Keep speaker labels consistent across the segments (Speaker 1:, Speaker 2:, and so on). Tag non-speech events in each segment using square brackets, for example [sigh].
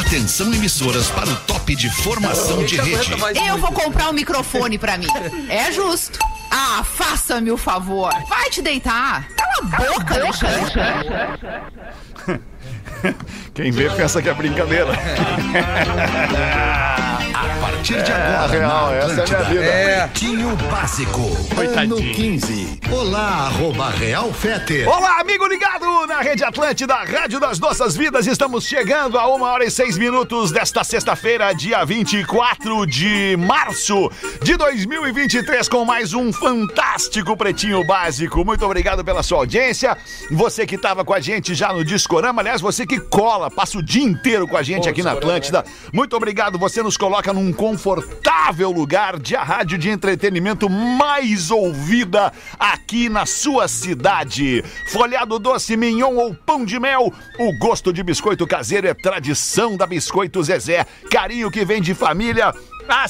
Speaker 1: Atenção emissoras para o top de formação de rede.
Speaker 2: Eu vou comprar um microfone pra mim. É justo. Ah, faça-me o favor. Vai te deitar. Cala a boca, Alexandre.
Speaker 3: Quem vê pensa que é brincadeira.
Speaker 1: A partir de
Speaker 3: É a
Speaker 1: agora,
Speaker 3: real,
Speaker 1: na
Speaker 3: essa é a minha
Speaker 1: Atlântida.
Speaker 3: vida.
Speaker 1: Pretinho Básico, ano 15. Olá, arroba Real Feter.
Speaker 3: Olá, amigo ligado na Rede Atlântida, Rádio das Nossas Vidas. Estamos chegando a uma hora e seis minutos desta sexta-feira, dia 24 de março de 2023, com mais um fantástico Pretinho Básico. Muito obrigado pela sua audiência. Você que estava com a gente já no Discorama, aliás, você que cola, passa o dia inteiro com a gente aqui na Atlântida. Muito obrigado, você nos coloca num confortável lugar de a rádio de entretenimento mais ouvida aqui na sua cidade. Folhado doce, mignon ou pão de mel, o gosto de biscoito caseiro é tradição da Biscoito Zezé. Carinho que vem de família há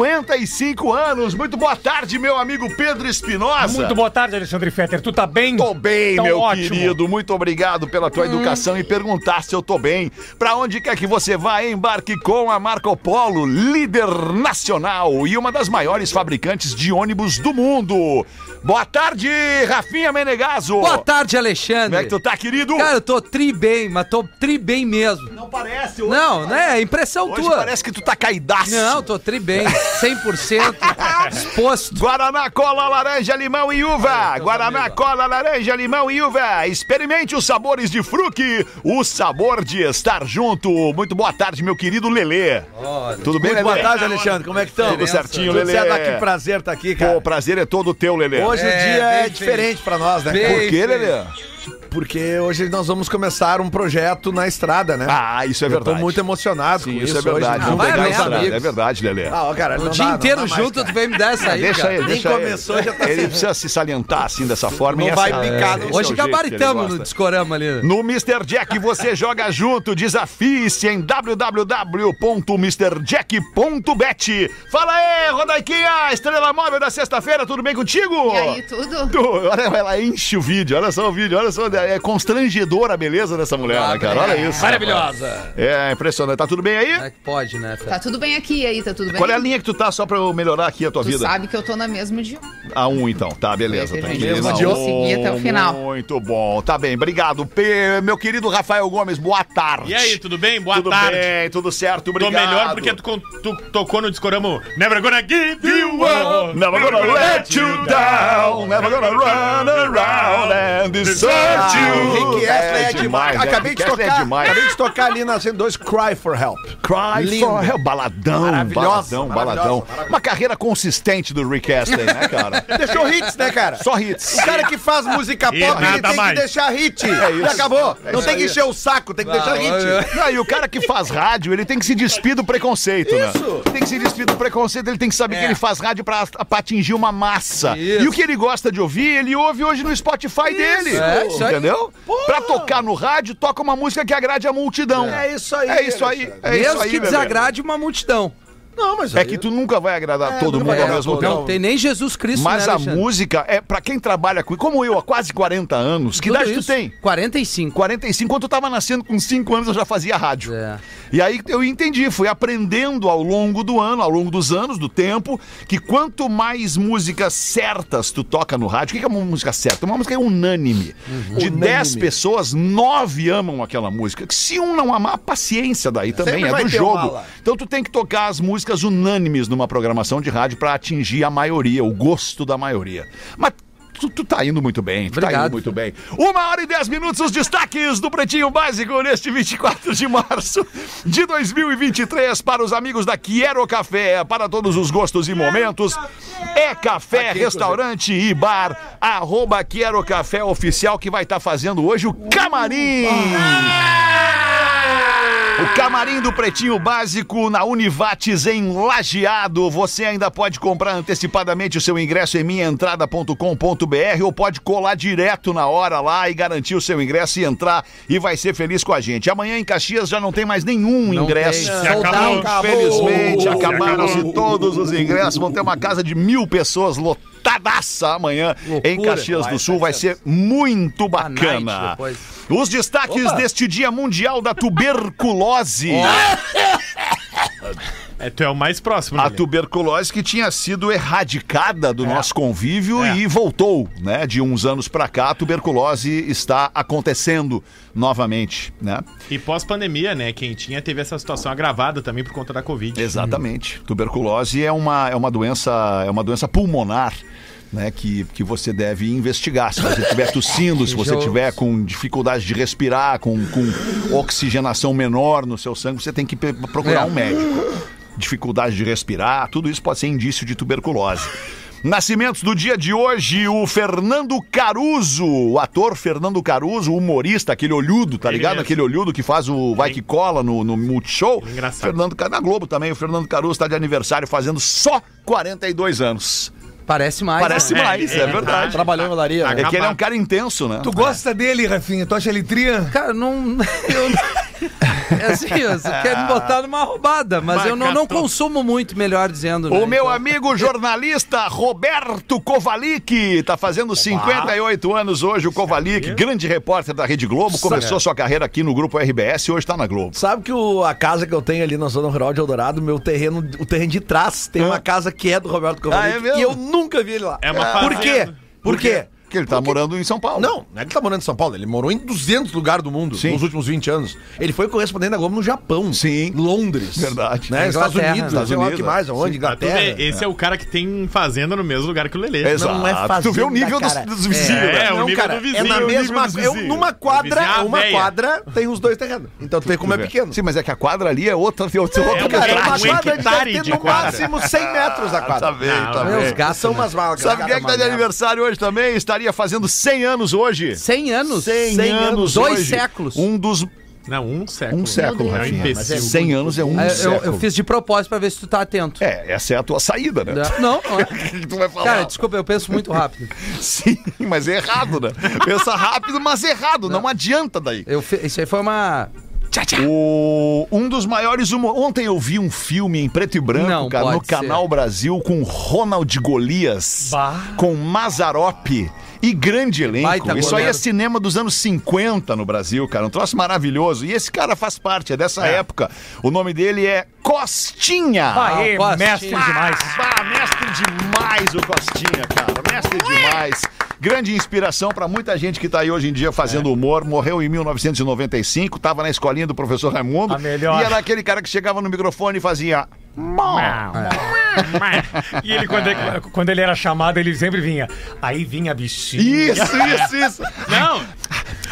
Speaker 3: 55 anos. Muito boa tarde, meu amigo Pedro Espinosa.
Speaker 4: Muito boa tarde, Alexandre Fetter. Tu tá bem?
Speaker 3: Tô bem,
Speaker 4: Então,
Speaker 3: meu
Speaker 4: ótimo. Hum.
Speaker 3: querido. Muito obrigado pela tua educação e perguntar se eu tô bem. Pra onde quer que você vá, embarque com a Marco Polo, líder nacional e uma das maiores fabricantes de ônibus do mundo. Boa tarde, Rafinha Menegaso.
Speaker 5: Boa tarde, Alexandre.
Speaker 3: Como é que tu tá, querido?
Speaker 5: Cara, eu tô tri bem, mas tô tri bem mesmo.
Speaker 3: não parece. Hoje,
Speaker 5: Não, né? É impressão
Speaker 3: Hoje
Speaker 5: tua.
Speaker 3: parece que tu tá caidaço.
Speaker 5: Não, tô tri bem.
Speaker 6: [laughs]
Speaker 5: 100% exposto.
Speaker 3: Guaraná, cola, laranja, limão e uva.
Speaker 5: Ai, tô
Speaker 3: Guaraná,
Speaker 5: amigo.
Speaker 3: cola, laranja, limão e uva. Experimente os sabores de fruque, o sabor de estar junto. Muito boa tarde, meu querido Lelê. Tudo bem,
Speaker 6: Muito
Speaker 3: Lelê?
Speaker 6: boa tarde, Alexandre. Como é que estão?
Speaker 3: Tudo certinho,
Speaker 6: Tudo
Speaker 3: Lelê.
Speaker 6: certo? Ah, que prazer estar aqui,
Speaker 3: Pô,
Speaker 6: cara.
Speaker 3: o prazer é todo teu, Lelê.
Speaker 6: hoje
Speaker 5: tá É,
Speaker 6: o dia é
Speaker 5: bem
Speaker 6: diferente pra nós, né?
Speaker 5: Bem-
Speaker 6: cara?
Speaker 3: Por que, Lelê?
Speaker 6: Porque hoje nós vamos começar um projeto na estrada, né?
Speaker 3: Ah, isso é
Speaker 6: Eu tô
Speaker 3: verdade.
Speaker 6: muito emocionado
Speaker 3: Sim,
Speaker 6: com
Speaker 3: isso é verdade.
Speaker 6: hoje.
Speaker 5: Ah,
Speaker 3: Vamos
Speaker 5: vai
Speaker 3: pegar
Speaker 5: mesmo,
Speaker 3: essa
Speaker 5: amigos.
Speaker 3: É verdade, Lelê.
Speaker 6: Ah, ó, cara,
Speaker 5: O
Speaker 6: não
Speaker 5: dia
Speaker 6: dá, não
Speaker 5: inteiro
Speaker 6: dá mais,
Speaker 5: junto,
Speaker 6: cara.
Speaker 5: tu vem me dar essa aí,
Speaker 3: Deixa
Speaker 5: cara.
Speaker 3: ele,
Speaker 6: Nem
Speaker 3: deixa ele.
Speaker 6: começou, já tá
Speaker 3: Ele
Speaker 6: sem-
Speaker 3: precisa se salientar assim dessa forma. e
Speaker 6: Não vai
Speaker 3: essa-
Speaker 6: brincar,
Speaker 3: é,
Speaker 6: não.
Speaker 3: esse é o
Speaker 5: Hoje
Speaker 3: jeito que ele
Speaker 5: gabaritamos
Speaker 3: gosta.
Speaker 5: no discorama ali. né?
Speaker 3: No Mr. Jack você joga junto, desafie-se em www.mrjack.bet. Fala aí, Rodaiquinha, estrela móvel da sexta-feira, tudo bem contigo?
Speaker 2: E aí, tudo?
Speaker 3: Tu- Olha, ela enche o vídeo, olha só o vídeo, olha só, é constrangedora a beleza dessa mulher,
Speaker 2: Ah,
Speaker 3: né, cara, olha
Speaker 2: é.
Speaker 3: isso.
Speaker 5: Maravilhosa.
Speaker 3: É impressionante, tá tudo bem aí?
Speaker 5: É que pode, né, Fetter?
Speaker 2: Tá tudo bem aqui e aí, tá tudo bem?
Speaker 3: Qual é a linha que tu tá só pra eu melhorar aqui a tua
Speaker 2: Tu
Speaker 3: vida?
Speaker 2: sabe que eu tô na mesma de um.
Speaker 3: A um, então. Tá, beleza.
Speaker 2: Perfeito,
Speaker 3: Tá
Speaker 2: gente.
Speaker 3: beleza.
Speaker 2: Mesmo de ontem. Consegui até o final.
Speaker 3: Muito bom. Tá bem. Obrigado, P. Meu querido Rafael Gomes, boa tarde.
Speaker 7: E aí, tudo bem? Boa
Speaker 3: tudo
Speaker 7: tarde.
Speaker 3: bem? Tudo certo?
Speaker 7: Tô
Speaker 3: Obrigado.
Speaker 7: melhor porque tu, con- tu tocou no discoramo Never Gonna Give You Up.
Speaker 3: Never gonna let you down, never gonna run around and desert
Speaker 6: Ah, o
Speaker 3: you.
Speaker 6: Rick Astley é, demais.
Speaker 3: né?
Speaker 6: Acabei
Speaker 3: Rick
Speaker 6: de
Speaker 3: Astley
Speaker 6: tocar.
Speaker 3: É demais.
Speaker 6: Acabei de tocar ali na 102 Cry for Help.
Speaker 3: Cry
Speaker 6: Linda.
Speaker 3: for Help. Baladão,
Speaker 6: Maravilhosa,
Speaker 3: baladão,
Speaker 6: maravilhosa,
Speaker 3: baladão.
Speaker 6: maravilhosa.
Speaker 3: Uma carreira consistente do Rick Astley, né, cara?
Speaker 6: Deixou hits, né, cara?
Speaker 3: Só hits.
Speaker 6: O cara que faz música pop,
Speaker 7: E
Speaker 6: ele
Speaker 7: nada
Speaker 6: tem que
Speaker 7: mais.
Speaker 6: deixar hit. E acabou. Não tem que encher o saco, tem que deixar
Speaker 5: olha.
Speaker 6: hit.
Speaker 3: Não, e o cara que faz rádio, ele tem que se despir do preconceito, né?
Speaker 6: Isso.
Speaker 3: Tem que se despir do preconceito, ele tem que saber que ele faz rádio pra, pra atingir uma massa.
Speaker 5: É. Isso.
Speaker 3: E o que ele gosta de ouvir, ele ouve hoje no Spotify dele.
Speaker 5: É, isso aí.
Speaker 3: entendeu? Pra tocar no rádio, toca uma música que agrade a multidão.
Speaker 6: É isso aí,
Speaker 3: É isso aí.
Speaker 6: Alexandre.
Speaker 3: É isso
Speaker 5: Mesmo
Speaker 3: aí,
Speaker 5: que
Speaker 3: bebê.
Speaker 5: desagrade É, uma multidão.
Speaker 6: Não, mas
Speaker 3: É que tu nunca vai agradar todo mundo
Speaker 6: vai
Speaker 3: ao
Speaker 6: agradar
Speaker 3: mesmo
Speaker 6: todo
Speaker 3: tempo.
Speaker 5: Não tem nem Jesus Cristo,
Speaker 3: Mas
Speaker 5: né,
Speaker 3: a
Speaker 5: Alexandre?
Speaker 3: música é pra quem trabalha com, como eu, há quase 40 anos. Que
Speaker 5: Tudo
Speaker 3: idade tu
Speaker 5: isso.
Speaker 3: tem? Assim,
Speaker 5: 45.
Speaker 3: 45, quando eu tava nascendo com 5 anos, eu já fazia rádio.
Speaker 5: É.
Speaker 3: E aí eu entendi, fui aprendendo ao longo do ano, ao longo dos anos, do tempo, que quanto mais músicas certas tu toca no rádio, o que que é uma música certa? Uma música é unânime. De 10 pessoas, 9 amam aquela música. Se um não amar, paciência daí também,
Speaker 6: Sempre
Speaker 3: é
Speaker 6: vai
Speaker 3: do
Speaker 6: ter
Speaker 3: jogo.
Speaker 6: uma lá.
Speaker 3: Então tu tem que tocar as músicas unânimes numa programação de rádio pra atingir a maioria, o gosto da maioria. Mas tu, tu tá indo muito bem, tu tá
Speaker 5: Obrigado.
Speaker 3: indo muito bem. Uma hora e dez minutos, os destaques do Pretinho Básico neste 24 de março de 2023 para os amigos da Quiero Café, para todos os gostos e momentos. É café, restaurante e bar, arroba Quiero Café Oficial, que vai estar fazendo hoje o camarim. O camarim do Pretinho Básico na Univates em Lajeado. Você ainda pode comprar antecipadamente o seu ingresso em minhaentrada.com.br ou pode colar direto na hora lá e garantir o seu ingresso e entrar e vai ser feliz com a gente. Amanhã em Caxias já não tem mais nenhum
Speaker 5: Não
Speaker 3: ingresso.
Speaker 5: tem.
Speaker 7: Se acabou.
Speaker 5: Soldado.
Speaker 3: Infelizmente,
Speaker 7: Acabou.
Speaker 3: acabaram-se todos os ingressos. Vão ter uma casa de mil pessoas lotada lotadaça amanhã em
Speaker 5: Loucura.
Speaker 3: Caxias
Speaker 5: Vai,
Speaker 3: do Sul. Vai ser
Speaker 5: Caxias.
Speaker 3: muito
Speaker 5: A night
Speaker 3: bacana.
Speaker 5: depois.
Speaker 3: Os destaques
Speaker 5: Opa.
Speaker 3: deste Dia Mundial da
Speaker 5: [laughs]
Speaker 3: Tuberculose.
Speaker 7: É, tu é o mais próximo.
Speaker 3: A
Speaker 7: Lelê.
Speaker 3: tuberculose que tinha sido erradicada do nosso convívio
Speaker 7: É.
Speaker 3: e voltou, né? De uns anos pra cá, a tuberculose está acontecendo novamente, né?
Speaker 7: E pós-pandemia, né? Quem tinha teve essa situação agravada também por conta da Covid.
Speaker 3: Exatamente. Tuberculose é uma, é uma doença é uma doença pulmonar. Né, que, que você deve investigar. Se você estiver
Speaker 7: [laughs]
Speaker 3: tossindo, se você
Speaker 5: Jones.
Speaker 3: tiver com dificuldade de respirar, com, com oxigenação menor no seu sangue, você tem que pe- procurar
Speaker 5: É.
Speaker 3: um médico. Dificuldade de respirar, tudo isso pode ser indício de tuberculose. Nascimentos do dia de hoje, o Fernando Caruso, o ator Fernando Caruso, o humorista, aquele olhudo, tá
Speaker 7: Ele
Speaker 3: ligado?
Speaker 7: mesmo.
Speaker 3: Aquele olhudo que faz o Vai Que Cola no, no Multishow.
Speaker 7: Engraçado.
Speaker 3: Fernando Caruso, na Globo também, o Fernando Caruso está de aniversário fazendo só 42 anos.
Speaker 5: Parece mais.
Speaker 3: Parece
Speaker 5: né?
Speaker 3: mais, é,
Speaker 7: é,
Speaker 3: verdade.
Speaker 7: é.
Speaker 5: Trabalhou na olaria.
Speaker 6: Tá
Speaker 3: É que ele é um cara intenso, né?
Speaker 4: Tu gosta dele, Rafinha? Tu acha ele tria?
Speaker 5: Cara, não. [laughs] Eu, não- é assim, você quer me botar numa roubada, mas eu não, não
Speaker 7: Macatou.
Speaker 5: consumo muito, melhor dizendo.
Speaker 3: O
Speaker 5: né?
Speaker 3: meu
Speaker 5: Então,
Speaker 3: amigo jornalista Roberto Kovalik tá fazendo 58 anos hoje. O Kovalik, grande repórter da Rede Globo,
Speaker 6: é.
Speaker 3: começou sua carreira aqui no grupo RBS e hoje tá na Globo.
Speaker 6: Sabe que o- a casa que eu tenho ali na zona rural de Eldorado, meu terreno, o terreno de trás, tem uma casa que é do Roberto Cavaleiro.
Speaker 3: Ah, é mesmo?
Speaker 6: E eu nunca vi ele lá.
Speaker 7: É uma
Speaker 6: Por
Speaker 7: fazenda.
Speaker 6: quê? Por quê?
Speaker 3: Porque ele tá morando em São Paulo.
Speaker 6: Não, não é que ele tá morando em São Paulo, ele morou em 200 lugares do mundo
Speaker 3: Sim.
Speaker 6: nos últimos 20 anos. Ele foi correspondente da Globo no Japão.
Speaker 3: Sim.
Speaker 6: Londres.
Speaker 3: Verdade.
Speaker 6: Né? Estados
Speaker 5: Inglaterra,
Speaker 6: Unidos,
Speaker 3: Estados
Speaker 6: sei lá
Speaker 3: Unidos,
Speaker 6: que mais, aonde,
Speaker 7: Pra tu
Speaker 6: Inglaterra.
Speaker 7: ver, esse é o cara que tem fazenda no mesmo lugar que o Lelê.
Speaker 3: Exato.
Speaker 6: não é
Speaker 3: tu vê o
Speaker 6: fazenda,
Speaker 3: nível dos,
Speaker 6: cara.
Speaker 3: dos vizinhos,
Speaker 7: É,
Speaker 3: né?
Speaker 7: o
Speaker 6: Não,
Speaker 7: nível
Speaker 6: cara,
Speaker 7: do vizinho,
Speaker 6: é na
Speaker 7: o nível
Speaker 6: mesma.
Speaker 7: do
Speaker 6: é
Speaker 7: vizinho.
Speaker 6: numa
Speaker 7: O vizinho é
Speaker 6: quadra,
Speaker 7: a
Speaker 6: uma
Speaker 7: véia.
Speaker 6: quadra, tem os dois terrenos. Então tu vê como é pequeno.
Speaker 3: Sim, mas é que a quadra ali é outra, tem outro, outro
Speaker 7: um
Speaker 6: Cara, é uma
Speaker 7: um
Speaker 6: quadra de
Speaker 7: hectare
Speaker 6: deve ter
Speaker 7: de
Speaker 6: no
Speaker 7: quadra.
Speaker 6: máximo 100 metros a
Speaker 3: Tá
Speaker 6: quadra.
Speaker 3: bem, tá
Speaker 7: Não,
Speaker 5: meu,
Speaker 3: bem.
Speaker 5: Os gatos
Speaker 6: São
Speaker 5: são
Speaker 6: umas malas.
Speaker 3: Sabe quem é que tá de aniversário hoje também? Estaria fazendo 100 anos hoje.
Speaker 5: 100 anos.
Speaker 3: 100 anos
Speaker 5: Dois
Speaker 3: hoje.
Speaker 5: séculos.
Speaker 3: Um dos...
Speaker 7: Não, um século.
Speaker 3: Um século,
Speaker 7: É um
Speaker 3: Rafinha.
Speaker 7: imbecil.
Speaker 3: Mas é 100 anos é um
Speaker 5: É, eu,
Speaker 3: século.
Speaker 5: eu fiz de propósito pra ver se tu tá atento.
Speaker 3: É, essa é a tua saída, [laughs] né?
Speaker 5: Não, não é.
Speaker 3: O que que tu vai falar?
Speaker 5: Cara, desculpa, eu penso muito rápido.
Speaker 3: Sim, mas é errado, né? Pensa rápido, mas errado. Não, adianta daí.
Speaker 5: Eu fi- Isso aí foi uma.
Speaker 3: O- um dos maiores humo- Ontem eu vi um filme em preto e branco,
Speaker 5: Não
Speaker 3: cara, no
Speaker 5: pode ser.
Speaker 3: Canal Brasil com Ronald Golias,
Speaker 4: Bah.
Speaker 3: com Mazzaropi e grande elenco.
Speaker 5: baita
Speaker 3: Isso aí é
Speaker 5: goleiro.
Speaker 3: cinema dos anos 50 no Brasil, cara. Um troço maravilhoso. E esse cara faz parte, é dessa época. O nome dele é Costinha.
Speaker 4: Aê,
Speaker 5: gosto,
Speaker 4: mestre
Speaker 5: sim.
Speaker 4: demais.
Speaker 3: Ah, Bah, mestre demais o Costinha, cara. Mestre demais. Grande inspiração pra muita gente que tá aí hoje em dia fazendo humor. Morreu em 1995, tava na escolinha do professor Raimundo.
Speaker 4: A melhor.
Speaker 3: E era aquele cara que chegava no microfone e fazia. "Mó".
Speaker 7: E ele quando
Speaker 4: Quando
Speaker 7: é
Speaker 4: ele, quando ele era chamado, ele sempre vinha. Aí vinha a bichinha.
Speaker 3: Isso, isso, isso.
Speaker 7: Não,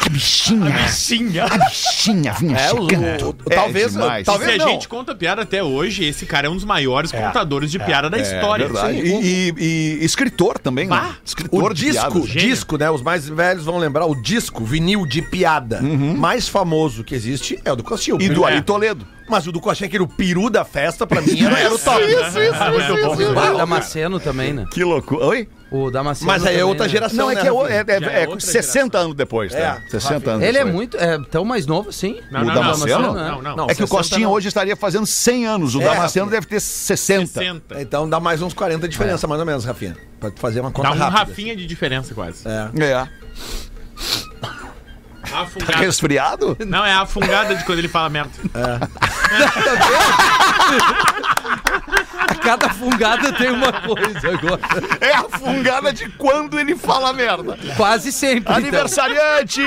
Speaker 3: A bichinha,
Speaker 4: Bichinha.
Speaker 3: a bichinha vinha
Speaker 6: É, o,
Speaker 3: chegando.
Speaker 6: o- talvez,
Speaker 3: demais.
Speaker 6: talvez
Speaker 7: se a
Speaker 6: não.
Speaker 7: gente conta piada até hoje, esse cara é um dos maiores contadores de piada da
Speaker 3: É
Speaker 7: história.
Speaker 3: verdade.
Speaker 7: Sim.
Speaker 3: E, e- e escritor também, né?
Speaker 7: Bah,
Speaker 3: Escritor
Speaker 6: O
Speaker 3: de
Speaker 6: disco,
Speaker 3: piadas.
Speaker 6: disco, né? Os mais velhos vão lembrar o disco, vinil de piada, mais famoso que existe é o do Costinho.
Speaker 3: Uhum. E do
Speaker 7: É.
Speaker 3: Ari Toledo.
Speaker 6: Mas o do Costinho, aquele peru da festa, pra mim,
Speaker 7: [laughs]
Speaker 6: era, era o top.
Speaker 3: Isso, isso,
Speaker 7: muito bom.
Speaker 5: O Damasceno também, né?
Speaker 3: Que loucura. Oi?
Speaker 5: O Damasceno.
Speaker 6: Mas aí é
Speaker 5: também,
Speaker 6: outra
Speaker 5: né?
Speaker 6: geração,
Speaker 3: Não, é
Speaker 6: né,
Speaker 3: que é, o-
Speaker 6: Rafinha?
Speaker 3: é, é-
Speaker 7: Já
Speaker 3: é
Speaker 7: é outra
Speaker 3: 60 anos depois, tá?
Speaker 6: É,
Speaker 3: 60 anos
Speaker 5: Ele é
Speaker 3: depois.
Speaker 5: muito. É tão mais novo, sim.
Speaker 7: Não,
Speaker 3: O
Speaker 7: não,
Speaker 3: Damasceno?
Speaker 7: não, não, não, não.
Speaker 3: É que o
Speaker 6: 60
Speaker 3: Costinha
Speaker 6: não.
Speaker 3: hoje estaria fazendo 100 anos, o
Speaker 6: É,
Speaker 3: Damasceno
Speaker 6: Rafinha.
Speaker 3: deve ter 60.
Speaker 7: 60.
Speaker 6: Então dá mais uns 40 de diferença, mais ou menos, Rafinha. Pra tu fazer uma conta
Speaker 7: É. Dá um
Speaker 6: rápida.
Speaker 3: assim.
Speaker 7: Rafinha de diferença quase.
Speaker 6: É.
Speaker 3: É. Tá
Speaker 7: Afungado.
Speaker 5: [laughs]
Speaker 3: resfriado?
Speaker 7: Não, é a afungada de quando ele fala merda.
Speaker 5: A cada fungada tem uma coisa agora.
Speaker 3: É a fungada de quando ele fala merda.
Speaker 5: Quase sempre. então.
Speaker 3: Aniversariante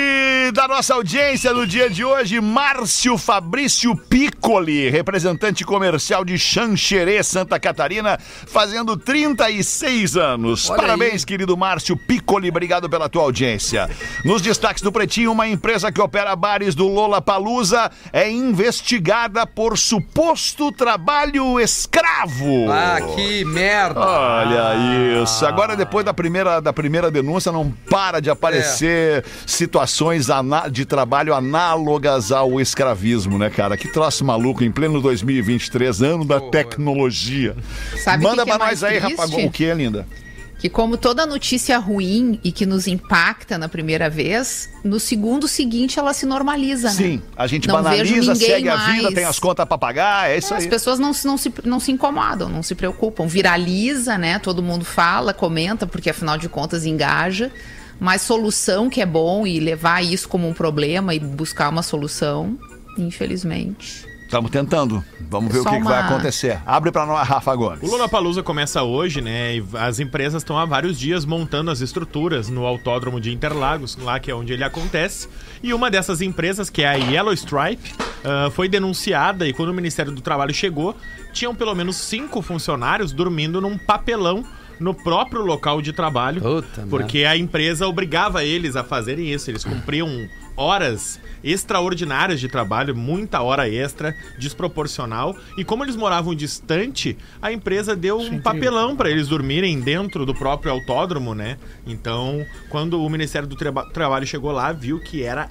Speaker 3: da nossa audiência no dia de hoje, Márcio Fabrício Piccoli, representante comercial de Xanxerê, Santa Catarina, fazendo 36 anos.
Speaker 5: Olha
Speaker 3: Parabéns, querido Márcio Piccoli, obrigado pela tua audiência. Nos destaques do Pretinho, uma empresa que opera bares do Lola Palusa é investigada por suposto trabalho escravo.
Speaker 5: Ah, que
Speaker 3: Ah,
Speaker 5: merda.
Speaker 3: Olha isso. Agora, depois da primeira, da primeira denúncia, não para de aparecer situações ana- de trabalho análogas ao escravismo, né, cara? Que troço maluco em pleno 2023, ano da tecnologia.
Speaker 2: Sabe o
Speaker 3: Manda
Speaker 2: que que
Speaker 3: pra
Speaker 2: é
Speaker 3: nós
Speaker 2: mais
Speaker 3: aí,
Speaker 2: triste?
Speaker 3: rapaz. O que, linda?
Speaker 2: que como toda notícia ruim e que nos impacta na primeira vez, no segundo seguinte ela se normaliza, né?
Speaker 3: Sim, a gente
Speaker 2: Não vejo
Speaker 3: banaliza,
Speaker 2: ninguém
Speaker 3: segue a vida,
Speaker 2: mais.
Speaker 3: tem as contas pra pagar, é isso
Speaker 2: As
Speaker 3: aí.
Speaker 2: pessoas não, se- não, se, não se incomodam, não se preocupam. Viraliza, né? Todo mundo fala, comenta, porque afinal de contas engaja. Mas solução que é bom e levar isso como um problema e buscar uma solução, infelizmente.
Speaker 3: Estamos tentando. Vamos ver o
Speaker 2: Só
Speaker 3: que, que vai
Speaker 2: uma-
Speaker 3: acontecer. Abre pra nós, Rafa
Speaker 7: O
Speaker 3: Gomes.
Speaker 7: Lollapalooza começa hoje, né? E as empresas estão há vários dias montando as estruturas no autódromo de Interlagos, lá que é onde ele acontece. E uma dessas empresas, que é a Yellow Stripe, ah, foi denunciada e quando o Ministério do Trabalho chegou, tinham pelo menos cinco funcionários dormindo num papelão no próprio local de trabalho.
Speaker 5: Puta
Speaker 7: porque a empresa obrigava eles a fazerem isso. Eles cumpriam horas extraordinárias de trabalho, muita hora extra, desproporcional. E como eles moravam distante, a empresa deu um papelão para eles dormirem dentro do próprio autódromo, né? Então, quando o Ministério do Traba- Trabalho chegou lá, viu que era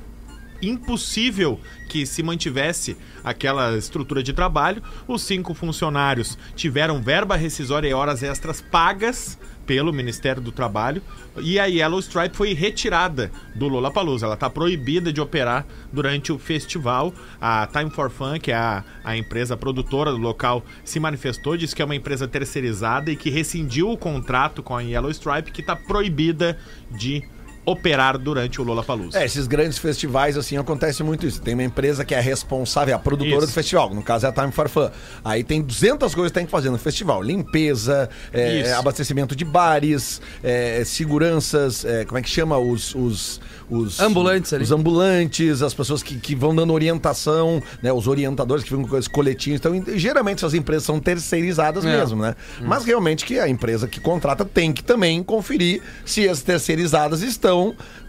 Speaker 7: impossível que se mantivesse aquela estrutura de trabalho. Os cinco funcionários tiveram verba rescisória e horas extras pagas pelo Ministério do Trabalho e a Yellow Stripe foi retirada do Lollapalooza. Ela está proibida de operar durante o festival. A Time for Fun, que é a, a empresa produtora do local, se manifestou, disse que é uma empresa terceirizada e que rescindiu o contrato com a Yellow Stripe, que está proibida de operar durante o Lollapalooza.
Speaker 6: É, esses grandes festivais, assim, acontece muito isso. Tem uma empresa que é responsável, é a produtora
Speaker 7: Isso.
Speaker 6: do festival, no caso é a Time for Fun. Aí tem 200 coisas que tem que fazer no festival. Limpeza, é,
Speaker 7: Isso.
Speaker 6: abastecimento de bares, é, seguranças, é, como é que chama? Os... os, os
Speaker 5: Ambulantes ali.
Speaker 6: Os ambulantes, as pessoas que, que vão dando orientação, né? Os orientadores que ficam com os coletinhos. Então, e- geralmente essas empresas são terceirizadas
Speaker 5: É.
Speaker 6: mesmo, né?
Speaker 3: Hum.
Speaker 6: Mas realmente que a empresa que contrata tem que também conferir se as terceirizadas estão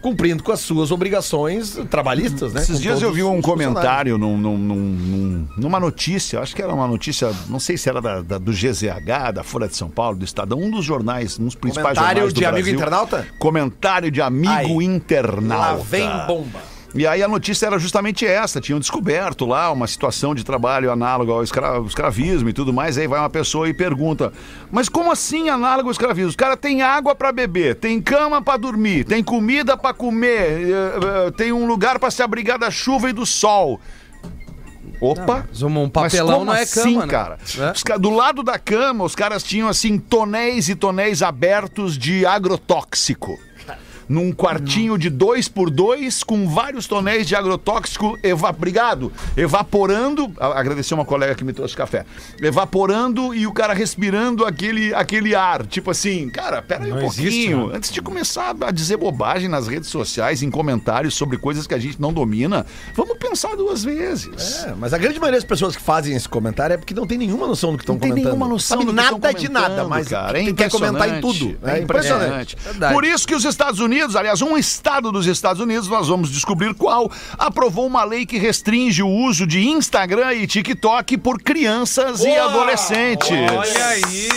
Speaker 6: cumprindo com as suas obrigações trabalhistas, né?
Speaker 3: Esses
Speaker 6: Com
Speaker 3: dias eu
Speaker 6: todos
Speaker 3: vi um
Speaker 6: os funcionários.
Speaker 3: comentário num- num- num- num- numa notícia, acho que era uma notícia, não sei se era da, da- do GZH, da Folha de São Paulo, do Estadão, um dos jornais, um dos principais
Speaker 6: Comentário
Speaker 3: jornais do
Speaker 6: de amigo
Speaker 3: Brasil.
Speaker 6: internauta?
Speaker 3: Comentário de amigo
Speaker 6: Aí.
Speaker 3: internauta.
Speaker 6: Lá vem bomba.
Speaker 3: E aí a notícia era justamente essa, tinham descoberto lá uma situação de trabalho análoga ao escra- escravismo e tudo mais, aí vai uma pessoa e pergunta: "Mas como assim análogo ao escravismo? O cara tem água pra beber, tem cama pra dormir, tem comida pra comer, eh, eh, tem um lugar pra se abrigar da chuva e do sol." Opa.
Speaker 5: Mas um
Speaker 3: Mas
Speaker 5: papelão
Speaker 3: como
Speaker 5: não é cama,
Speaker 3: assim,
Speaker 5: né?
Speaker 3: cara?
Speaker 5: É?
Speaker 3: Os ca- Do lado da cama, os caras tinham assim tonéis e tonéis abertos de agrotóxico. Num quartinho de dois por dois, com vários tonéis de agrotóxico eva obrigado, evaporando. a- Agradecer uma colega que me trouxe café. Evaporando e o cara respirando aquele, aquele ar. Tipo assim, cara, pera aí um
Speaker 4: Não
Speaker 3: pouquinho.
Speaker 4: existe, né?
Speaker 3: Antes de começar a dizer bobagem nas redes sociais, em comentários sobre coisas que a gente não domina, vamos pensar duas vezes.
Speaker 6: É, mas a grande maioria das pessoas que fazem esse comentário é porque não tem nenhuma noção do que estão
Speaker 3: Não tem
Speaker 6: comentando.
Speaker 3: nenhuma noção
Speaker 6: Sabe
Speaker 3: do que
Speaker 6: nada
Speaker 3: tão
Speaker 6: de nada,
Speaker 3: comentando,
Speaker 6: mas
Speaker 3: cara. É
Speaker 6: tem- quer comentar em
Speaker 3: impressionante.
Speaker 6: tudo.
Speaker 3: É impressionante.
Speaker 5: Verdade.
Speaker 3: Por isso que os Estados Unidos, aliás, um estado dos Estados Unidos, nós vamos descobrir qual, aprovou uma lei que restringe o uso de Instagram e TikTok por crianças e adolescentes.
Speaker 5: Olha aí.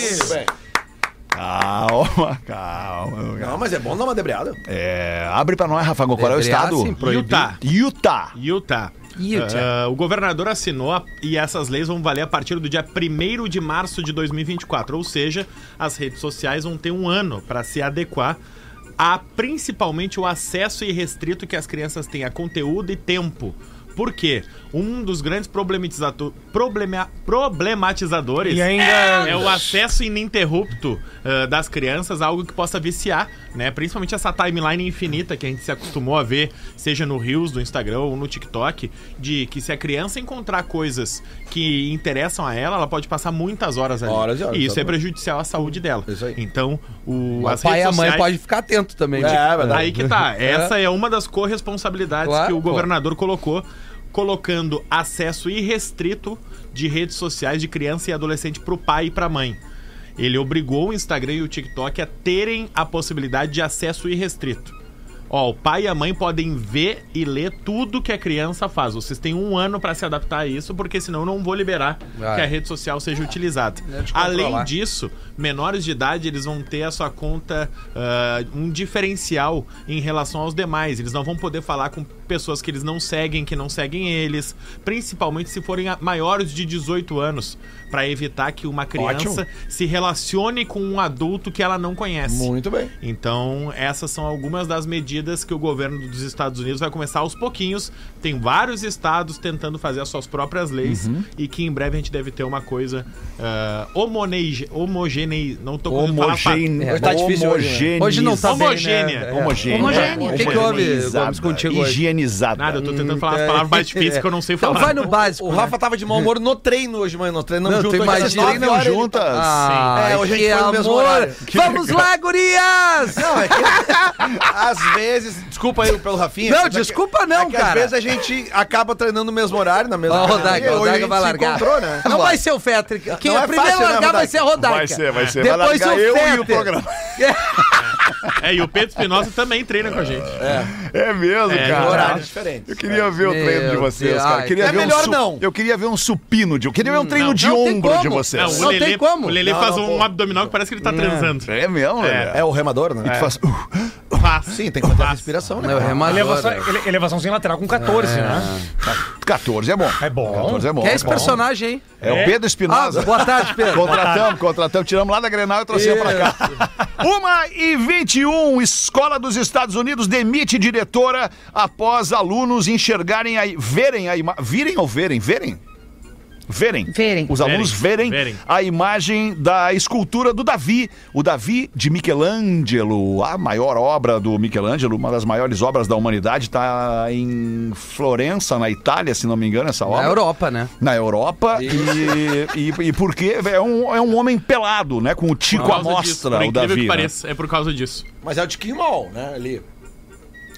Speaker 3: Calma, calma.
Speaker 6: Não, mas é bom dar uma debreada.
Speaker 3: É, abre pra nós, Rafa, qual é o
Speaker 5: Debrear,
Speaker 3: estado?
Speaker 5: sim,
Speaker 7: proibir.
Speaker 8: Tá.
Speaker 3: Utah. Utah.
Speaker 7: Utah.
Speaker 5: Utah.
Speaker 7: Ah, o governador assinou a- e essas leis vão valer a partir do dia 1 de março de 2024, ou seja, as redes sociais vão ter um ano para se adequar a principalmente o acesso irrestrito que as crianças têm a conteúdo e tempo. Por quê? Um dos grandes problematizato- problema- problematizadores
Speaker 4: E ainda-
Speaker 7: é o acesso ininterrupto ah, das crianças, algo que possa viciar, né? Principalmente essa timeline infinita que a gente se acostumou a ver, seja no Reels do Instagram ou no TikTok, de que se a criança encontrar coisas que interessam a ela, ela pode passar muitas horas ali.
Speaker 6: Horas e horas,
Speaker 7: e isso é
Speaker 6: exatamente.
Speaker 7: prejudicial à saúde dela.
Speaker 6: Isso aí.
Speaker 7: Então, o,
Speaker 5: O
Speaker 7: as
Speaker 5: pai e
Speaker 7: redes
Speaker 5: a mãe
Speaker 7: sociais-
Speaker 5: podem ficar atento
Speaker 3: É,
Speaker 5: também. Tipo,
Speaker 6: É, verdade.
Speaker 7: Aí que tá. Essa é uma das corresponsabilidades
Speaker 5: Claro,
Speaker 7: que o
Speaker 5: pô.
Speaker 7: governador colocou, colocando acesso irrestrito de redes sociais de criança e adolescente pro pai e pra mãe. Ele obrigou o Instagram e o TikTok a terem a possibilidade de acesso irrestrito. Ó, o pai e a mãe podem ver e ler tudo que a criança faz. Vocês têm um ano pra se adaptar a isso, porque senão eu não vou liberar
Speaker 5: Ah,
Speaker 7: que a
Speaker 5: é.
Speaker 7: rede social seja utilizada.
Speaker 5: É de controlar.
Speaker 7: Além disso, menores de idade, eles vão ter a sua conta ah, um diferencial em relação aos demais. Eles não vão poder falar com pessoas que eles não seguem, que não seguem eles, principalmente se forem a- maiores de 18 anos, pra evitar que uma criança se relacione com um adulto que ela não conhece.
Speaker 6: Muito bem.
Speaker 7: Então, essas são algumas das medidas que o governo dos Estados Unidos vai começar aos pouquinhos. Tem vários estados tentando fazer as suas próprias leis e que em breve a gente deve ter uma coisa ah, homoneige, homogenei, não tô conseguindo falar a pa-
Speaker 8: Homogêneo.
Speaker 5: É, tá difícil hoje, né? Hoje não tá
Speaker 7: Homogênea.
Speaker 5: bem, né? É.
Speaker 8: Homogênea.
Speaker 2: Homogênea.
Speaker 5: O que que houve, Gomes, contigo hoje?
Speaker 8: Higienizada.
Speaker 7: Nada, eu tô tentando
Speaker 5: Hum,
Speaker 7: falar as
Speaker 5: é.
Speaker 7: palavras mais difíceis que eu não sei falar.
Speaker 5: Então vai no básico.
Speaker 6: O Rafa tava de mau humor no treino hoje, mano. Nós treinamos
Speaker 5: Não,
Speaker 6: junto.
Speaker 5: tu
Speaker 6: hoje às
Speaker 5: imagina,
Speaker 6: nove
Speaker 5: treinam
Speaker 6: horas ele-
Speaker 8: juntas.
Speaker 5: Ah,
Speaker 6: Sim. É, hoje a gente
Speaker 5: que
Speaker 6: foi no
Speaker 5: amor.
Speaker 6: mesmo horário. Que
Speaker 5: [laughs] Vamos lá, gurias!
Speaker 6: Não, é que [laughs] às vezes. Desculpa aí pelo Rafinha.
Speaker 5: Não,
Speaker 6: mas é que-
Speaker 5: desculpa não,
Speaker 6: é que
Speaker 5: cara.
Speaker 6: Às vezes a gente acaba treinando no mesmo horário, na mesma.
Speaker 5: Ó, a
Speaker 6: academia,
Speaker 5: Rodaica, a
Speaker 6: hoje
Speaker 5: Rodaica
Speaker 6: gente
Speaker 5: vai
Speaker 6: se
Speaker 5: largar.
Speaker 6: encontrou, né?
Speaker 5: Não vai ser o Fetter. Quem
Speaker 6: Não é
Speaker 5: é primeiro
Speaker 6: fácil, né,
Speaker 5: largar vai
Speaker 6: Rodaica?
Speaker 5: ser a Rodaica.
Speaker 8: Vai ser, vai ser. vai
Speaker 5: Depois
Speaker 8: largar
Speaker 5: o
Speaker 8: eu
Speaker 5: Fetter.
Speaker 8: e o programa.
Speaker 7: [laughs]
Speaker 8: [laughs]
Speaker 7: É, e o Pedro Espinosa também treina com a gente.
Speaker 8: É mesmo,
Speaker 7: É,
Speaker 8: cara.
Speaker 6: Horários diferentes.
Speaker 8: Eu queria ver o
Speaker 5: É. Meu
Speaker 8: treino de vocês,
Speaker 5: Deus.
Speaker 8: cara. Eu Queria
Speaker 6: É
Speaker 8: ver um
Speaker 6: melhor
Speaker 8: su-
Speaker 6: não.
Speaker 8: Eu queria ver um supino de. Eu queria ver um treino
Speaker 7: não,
Speaker 8: de
Speaker 5: Hum, não tem
Speaker 8: ombro de
Speaker 5: como.
Speaker 8: vocês.
Speaker 7: Não,
Speaker 5: Não
Speaker 7: o
Speaker 5: tem
Speaker 7: Lelê,
Speaker 5: como.
Speaker 7: O Lelê
Speaker 6: Não,
Speaker 7: faz
Speaker 6: não,
Speaker 7: um
Speaker 6: pô.
Speaker 7: abdominal que parece que ele tá transando.
Speaker 8: É mesmo,
Speaker 7: É.
Speaker 8: né?
Speaker 6: É o remador, né?
Speaker 8: E tu faz. uh,
Speaker 7: Faz.
Speaker 6: Sim, tem que fazer a respiração, né?
Speaker 5: Não, é
Speaker 4: Elevação,
Speaker 5: remador.
Speaker 4: ele- elevação sem lateral com 14, né?
Speaker 8: 14 é bom.
Speaker 4: É bom.
Speaker 8: 14 é bom.
Speaker 5: Que é esse
Speaker 8: É bom.
Speaker 5: personagem, hein?
Speaker 8: É o Pedro Espinosa.
Speaker 5: Ah, boa tarde, [laughs] Pedro.
Speaker 8: Contratamos, contratamos, tiramos lá da Grenal e trouxemos pra cá.
Speaker 3: Uma e 21, Escola dos Estados Unidos demite diretora após alunos enxergarem a, verem a ima- virem ou verem, verem? Verem.
Speaker 2: Verem.
Speaker 3: Os alunos verem,
Speaker 7: Verem. Verem.
Speaker 3: a imagem da escultura do Davi. O Davi de Michelangelo, a maior obra do Michelangelo, uma das maiores obras da humanidade, está em Florença, na Itália, se não me engano, essa
Speaker 5: Na
Speaker 3: obra
Speaker 5: Europa, né?
Speaker 3: na Europa e, e, e porque é um, é um homem pelado, né? Com o
Speaker 7: Por
Speaker 3: tico à
Speaker 7: causa disso,
Speaker 3: mostra,
Speaker 7: por
Speaker 3: o
Speaker 7: incrível
Speaker 3: Davi.
Speaker 7: que
Speaker 3: né?
Speaker 7: pareça, é por causa disso.
Speaker 6: Mas é o Tiquinho Mall, né? Ali.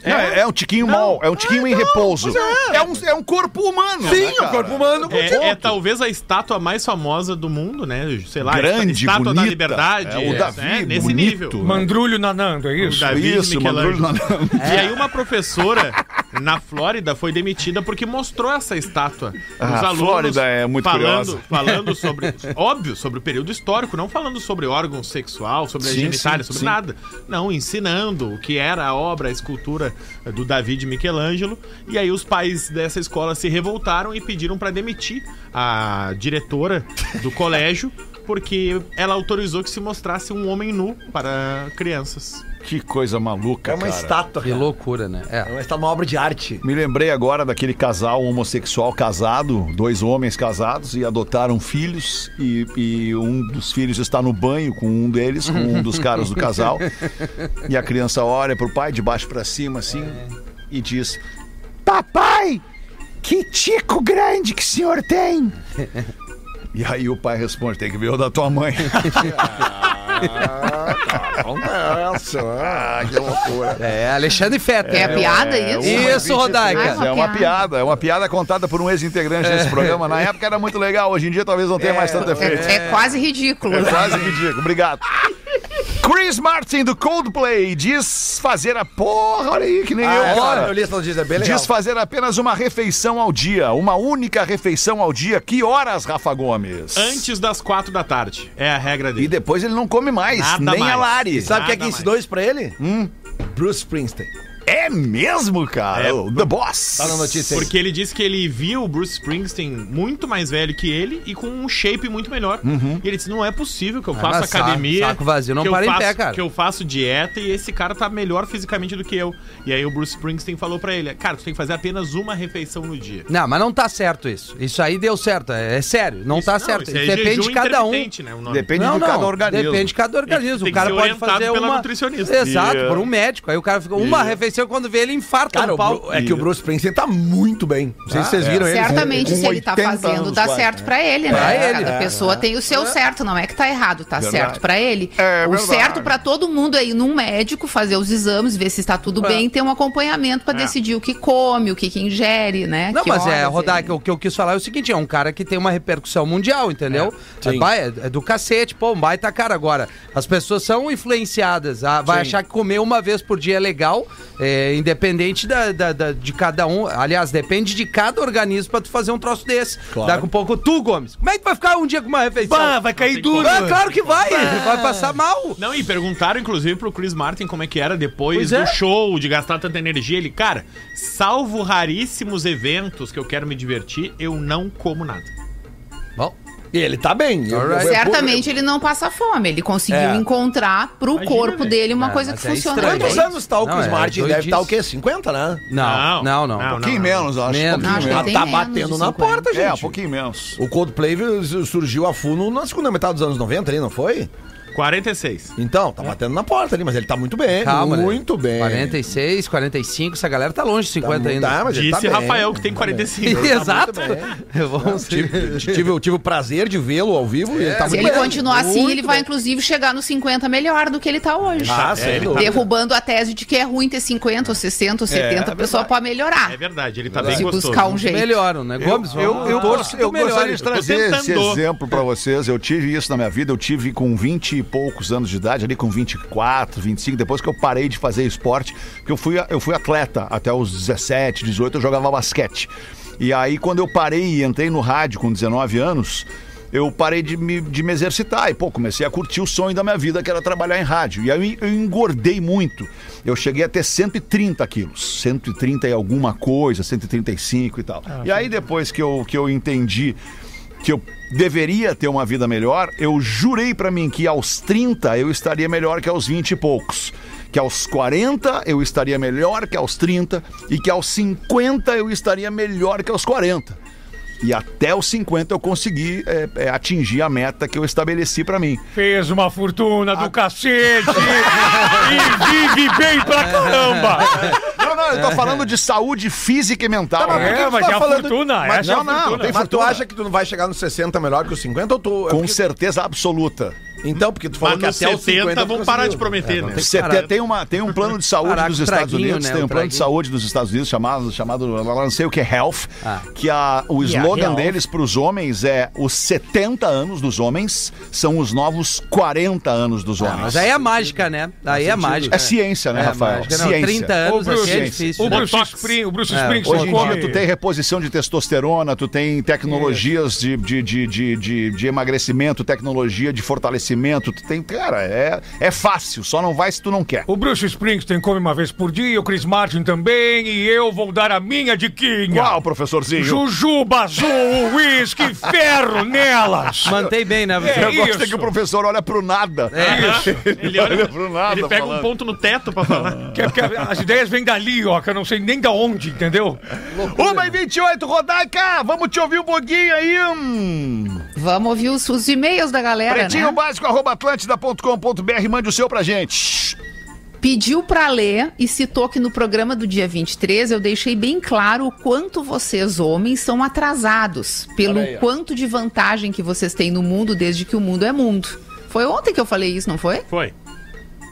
Speaker 3: Não, é, é um tiquinho mal, é um tiquinho em repouso. É. um, é um corpo humano.
Speaker 6: Sim,
Speaker 3: né,
Speaker 6: o
Speaker 5: um
Speaker 3: cara?
Speaker 6: corpo humano com ponto.
Speaker 7: É, é talvez a estátua mais famosa do mundo, né? Sei lá,
Speaker 3: Grande,
Speaker 7: estátua da
Speaker 3: bonita.
Speaker 7: liberdade.
Speaker 3: É, o
Speaker 7: é,
Speaker 3: Davi,
Speaker 7: né? nesse
Speaker 3: bonito.
Speaker 7: nível.
Speaker 4: Mandrulho nanando, é isso?
Speaker 7: Davi de
Speaker 3: Isso,
Speaker 7: Michelangelo.
Speaker 3: Mandrulho [laughs] Nanando.
Speaker 7: [laughs]
Speaker 8: É.
Speaker 7: E aí uma professora na Flórida foi demitida porque mostrou essa estátua. Os
Speaker 8: Ah, a Flórida é muito
Speaker 7: falando,
Speaker 8: curiosa. [laughs]
Speaker 7: falando sobre, óbvio, sobre o período histórico, não falando sobre órgão sexual, sobre a
Speaker 8: Sim,
Speaker 7: genitália,
Speaker 8: sim,
Speaker 7: sobre
Speaker 8: sim.
Speaker 7: nada. Não, ensinando o que era a obra, a escultura do Davi de Michelangelo. E aí os pais dessa escola se revoltaram e pediram para demitir a diretora
Speaker 8: [laughs]
Speaker 7: do colégio. Porque ela autorizou que se mostrasse um homem nu para crianças.
Speaker 8: Que coisa maluca,
Speaker 6: É uma
Speaker 8: cara.
Speaker 6: estátua.
Speaker 5: Que
Speaker 6: cara.
Speaker 5: loucura, né?
Speaker 6: É
Speaker 5: É.
Speaker 6: uma estátua, uma obra de arte.
Speaker 8: Me lembrei agora daquele casal homossexual casado, dois homens casados e adotaram filhos e, e um dos filhos está no banho com um deles, com um dos caras do casal e a criança olha pro pai de baixo pra cima assim e diz: Papai, que tico grande que o senhor tem! E aí o pai responde: Tem que ver o da tua [laughs] mãe.
Speaker 6: Nossa, que loucura.
Speaker 5: É, Alexandre Fetter.
Speaker 2: É a piada isso?
Speaker 5: Isso, Rodaica.
Speaker 8: É uma piada, é uma piada contada por um ex-integrante
Speaker 2: [laughs]
Speaker 8: desse programa. Na época era muito legal, hoje em dia talvez não tenha mais tanto efeito.
Speaker 2: É, é quase ridículo.
Speaker 8: É quase ridículo, obrigado.
Speaker 3: Chris Martin do Coldplay diz fazer a porra, olha aí que nem
Speaker 6: Ah,
Speaker 3: eu.
Speaker 6: é,
Speaker 3: cara.
Speaker 6: cara, eu li essa notícia, é bem legal.
Speaker 3: Diz fazer apenas uma refeição ao dia, uma única refeição ao dia. Que horas, Rafa Gomes?
Speaker 7: Antes das quatro da tarde. É a regra dele.
Speaker 8: E depois ele não come mais,
Speaker 7: Nada
Speaker 8: nem
Speaker 7: mais.
Speaker 8: a Lari.
Speaker 6: Sabe quem é que
Speaker 7: Nada
Speaker 6: ensinou isso pra ele? Bruce Springsteen.
Speaker 8: É mesmo, cara?
Speaker 7: É.
Speaker 8: O The Boss.
Speaker 6: Tá na notícia aí.
Speaker 7: Porque ele disse que ele viu o Bruce Springsteen muito mais velho que ele e com um shape muito melhor. E ele disse: não é possível que eu faça
Speaker 5: Uhum. Ah, mas saco-
Speaker 7: academia.
Speaker 5: saco vazio, não
Speaker 7: que eu
Speaker 5: para em
Speaker 7: faço-
Speaker 5: pé, cara.
Speaker 7: Que eu faço dieta e esse cara tá melhor fisicamente do que eu. E aí o Bruce Springsteen falou pra ele: cara, tu tem que fazer apenas uma refeição no dia.
Speaker 5: Não, mas não tá certo isso. Isso aí deu certo. É, é sério, não tá
Speaker 7: Não,
Speaker 5: certo.
Speaker 7: isso é
Speaker 5: Isso depende
Speaker 7: jejum
Speaker 5: de cada um.
Speaker 7: intermitente, Né, o nome.
Speaker 8: Depende
Speaker 5: não,
Speaker 8: de cada
Speaker 5: não,
Speaker 8: organismo.
Speaker 5: Depende de cada organismo.
Speaker 7: Tem
Speaker 5: O
Speaker 7: que
Speaker 5: cara
Speaker 7: ser
Speaker 5: pode
Speaker 7: orientado
Speaker 5: fazer
Speaker 7: pela
Speaker 5: uma.
Speaker 7: nutricionista.
Speaker 5: Exato,
Speaker 8: E,
Speaker 5: por um médico. Aí o cara fica uma refeição quando vê ele infarta
Speaker 6: Cara,
Speaker 5: no
Speaker 6: o
Speaker 5: pau.
Speaker 6: Bru- é que o Bruce Springsteen tá muito bem. Não sei se vocês viram ele.
Speaker 2: Certamente,
Speaker 8: com
Speaker 2: se ele tá
Speaker 8: 80
Speaker 2: fazendo,
Speaker 8: anos
Speaker 2: dá
Speaker 8: quase,
Speaker 2: certo pra ele, né?
Speaker 5: Pra ele,
Speaker 2: Cada
Speaker 5: é,
Speaker 2: pessoa tem o seu certo, não é que tá errado, tá certo pra ele.
Speaker 8: É
Speaker 2: o
Speaker 8: verdade.
Speaker 2: certo pra todo mundo é ir num médico, fazer os exames, ver se está tudo bem, ter um acompanhamento pra decidir o que come, o que, que ingere, né?
Speaker 5: Não,
Speaker 2: que
Speaker 5: mas é,
Speaker 2: horas
Speaker 5: Rodaica,
Speaker 2: ele-
Speaker 5: o que eu quis falar é o seguinte: é um cara que tem uma repercussão mundial, entendeu? É, ba- é- é do cacete, pô, um baita ah, cara. Agora, as pessoas são influenciadas, a- vai achar que comer uma vez por dia é legal, É, independente da, da- da- de cada um. Aliás, depende de cada organismo pra tu fazer um troço desse. Daqui a pouco tu, Gomes. Como é que vai ficar um dia com uma refeição?
Speaker 4: Bah, vai cair duro.
Speaker 5: Ah, claro que vai. Vai passar mal.
Speaker 7: Não, e perguntaram, inclusive, pro Chris Martin como é que era depois
Speaker 5: Pois é.
Speaker 7: do show, de gastar tanta energia. Ele, cara, salvo raríssimos eventos que eu quero me divertir, eu não como nada.
Speaker 5: Bom,
Speaker 6: E ele tá bem. Eu-
Speaker 5: Alright.
Speaker 6: eu- eu-
Speaker 2: Certamente ele não passa fome. Ele conseguiu
Speaker 6: É.
Speaker 2: encontrar pro
Speaker 7: Imagina,
Speaker 2: corpo
Speaker 7: velho.
Speaker 2: dele uma
Speaker 5: É,
Speaker 2: coisa que
Speaker 5: mas é
Speaker 2: funciona.
Speaker 5: estranho.
Speaker 2: bem.
Speaker 6: Quantos anos tá o
Speaker 5: Não,
Speaker 6: Chris
Speaker 5: é
Speaker 6: Martin?
Speaker 5: doidíssimo.
Speaker 6: Deve estar o quê? 50, né?
Speaker 5: não, não, não.
Speaker 3: Um pouquinho menos, eu acho.
Speaker 5: Menos.
Speaker 3: Um
Speaker 2: Não, acho
Speaker 3: pouquinho
Speaker 2: que
Speaker 3: menos.
Speaker 2: tem
Speaker 6: tá
Speaker 2: menos
Speaker 6: batendo
Speaker 2: de
Speaker 6: na
Speaker 2: 50.
Speaker 6: porta, gente.
Speaker 3: É, um pouquinho menos.
Speaker 6: O Coldplay veio- surgiu a fundo na segunda metade dos anos 90 ali, não foi?
Speaker 7: 46.
Speaker 6: Então, tá batendo na porta ali, mas ele tá muito bem,
Speaker 5: Calma, né?
Speaker 6: muito bem.
Speaker 5: 46, 45, essa galera tá longe de 50 ainda.
Speaker 6: Tá, mas ele tá
Speaker 7: Disse
Speaker 6: bem,
Speaker 7: Rafael que tem
Speaker 6: tá bem.
Speaker 5: [laughs]
Speaker 7: 45.
Speaker 5: Exato. [laughs] Vamos
Speaker 6: Tive, tive, eu tive o prazer de vê-lo ao vivo e ele tá
Speaker 2: É. Se
Speaker 6: muito
Speaker 2: ele
Speaker 6: bem.
Speaker 2: continuar assim,
Speaker 6: Muito
Speaker 2: ele vai
Speaker 6: bem.
Speaker 2: inclusive chegar nos 50 melhor do que ele tá hoje.
Speaker 6: Ah, sem
Speaker 7: ele
Speaker 6: dúvida.
Speaker 2: Derrubando a tese de que é ruim ter 50 ou 60 ou 70 a pessoa pra melhorar.
Speaker 7: É verdade, ele tá
Speaker 2: se
Speaker 7: bem gostoso.
Speaker 2: buscar um jeito.
Speaker 5: Melhoram, né? Gomes,
Speaker 3: Eu, eu, eu,
Speaker 5: torço que tu
Speaker 3: eu
Speaker 5: melhore.
Speaker 3: gostaria de trazer esse
Speaker 7: tentando.
Speaker 3: exemplo pra vocês. Eu tive isso na minha vida. Eu tive com 20 e poucos anos de idade, ali com 24, 25, depois que eu parei de fazer esporte, porque eu fui, eu fui atleta até os 17, 18, eu jogava basquete. E aí, quando eu parei e entrei no rádio com 19 anos, eu parei de me, de me exercitar e, pô, comecei a curtir o sonho da minha vida, que era trabalhar em rádio. E aí eu engordei muito. Eu cheguei a ter 130 quilos, 130 e alguma coisa, 135 e tal. e aí depois que eu, que eu entendi que eu deveria ter uma vida melhor, eu jurei pra mim que aos 30 eu estaria melhor que aos 20 e poucos. Que aos 40 eu estaria melhor que aos 30 e que aos 50 eu estaria melhor que aos 40. E até os 50 eu consegui é, é, atingir a meta que eu estabeleci pra mim.
Speaker 4: Fez uma fortuna do cacete. e vive bem pra caramba.
Speaker 3: Não, não, eu tô falando de saúde física e mental. né?
Speaker 6: Tá, mas por que
Speaker 4: É,
Speaker 6: tu
Speaker 4: mas
Speaker 6: tá
Speaker 4: é a
Speaker 6: falando-
Speaker 4: fortuna,
Speaker 6: Mas
Speaker 4: essa é a
Speaker 6: não, não,
Speaker 4: fortuna.
Speaker 6: tem mas tu
Speaker 3: fortuna.
Speaker 6: acha que tu não vai chegar nos 60 melhor que os 50 ou tu... é
Speaker 3: Com
Speaker 6: porque-
Speaker 3: certeza absoluta.
Speaker 6: Então, porque tu falou
Speaker 7: Mas
Speaker 6: que
Speaker 7: nos
Speaker 6: até os
Speaker 7: 70
Speaker 6: 50
Speaker 7: vão
Speaker 6: tu
Speaker 7: parar de
Speaker 6: conseguiu.
Speaker 7: prometer, né?
Speaker 3: É, Você
Speaker 5: Caraca.
Speaker 3: tem, tem uma, tem um plano de saúde
Speaker 5: Caraca,
Speaker 3: dos Estados
Speaker 5: traguinho,
Speaker 3: Unidos,
Speaker 5: né?
Speaker 3: tem
Speaker 5: Um
Speaker 3: um plano de
Speaker 5: traguinho.
Speaker 3: saúde dos Estados Unidos chamado, chamado lá não sei o que, Health,
Speaker 5: Ah.
Speaker 3: que a, o slogan
Speaker 4: Health.
Speaker 3: deles para os homens é os 70 anos dos homens são os novos 40 anos dos homens.
Speaker 5: Mas aí é mágica, né? Aí é mágica.
Speaker 3: É ciência, né,
Speaker 5: É
Speaker 3: Rafael?
Speaker 5: mágica. Não,
Speaker 3: ciência.
Speaker 5: 30 anos
Speaker 4: Ô,
Speaker 5: assim é
Speaker 4: Bruce,
Speaker 5: difícil.
Speaker 4: O
Speaker 5: né?
Speaker 4: Bruce
Speaker 7: Botox.
Speaker 4: Spring, o Bruce
Speaker 5: É,
Speaker 4: Springsteen
Speaker 3: Hoje em
Speaker 4: come-
Speaker 3: dia tu tem reposição de testosterona, tu tem tecnologias de, de, de, de, de- de emagrecimento, tecnologia de fortalecimento, tu tem, cara, é, é fácil, só não vai se tu não quer.
Speaker 4: O Bruce Springsteen come uma vez por dia, o Chris Martin também, e eu vou dar a minha diquinha.
Speaker 3: Qual, professorzinho?
Speaker 4: Jujuba azul, uísque, ferro nelas.
Speaker 5: Mantei bem, né?
Speaker 4: É,
Speaker 3: Eu
Speaker 5: Vitor?
Speaker 3: gosto é
Speaker 4: isso.
Speaker 3: que o professor olha pro nada.
Speaker 7: Ele olha
Speaker 3: pro nada
Speaker 7: Ele pega um
Speaker 3: falando.
Speaker 7: ponto no teto pra falar.
Speaker 4: [laughs] Que é porque as ideias vêm dali, ó, que eu não sei nem da onde, entendeu?
Speaker 3: Uma e 28, Rodaica! Vamos te ouvir um pouquinho aí! Hum.
Speaker 2: Vamos ouvir os, os e-mails da galera,
Speaker 3: Pretinho
Speaker 2: né?
Speaker 3: básico, arroba atlântida.com.br, mande o seu pra gente.
Speaker 2: Pediu pra ler e citou que no programa do dia 23 eu deixei bem claro o quanto vocês homens são atrasados, pelo
Speaker 6: Olha aí, ó.
Speaker 2: quanto de vantagem que vocês têm no mundo desde que o mundo é mundo. Foi ontem que eu falei isso, não foi?
Speaker 7: Foi.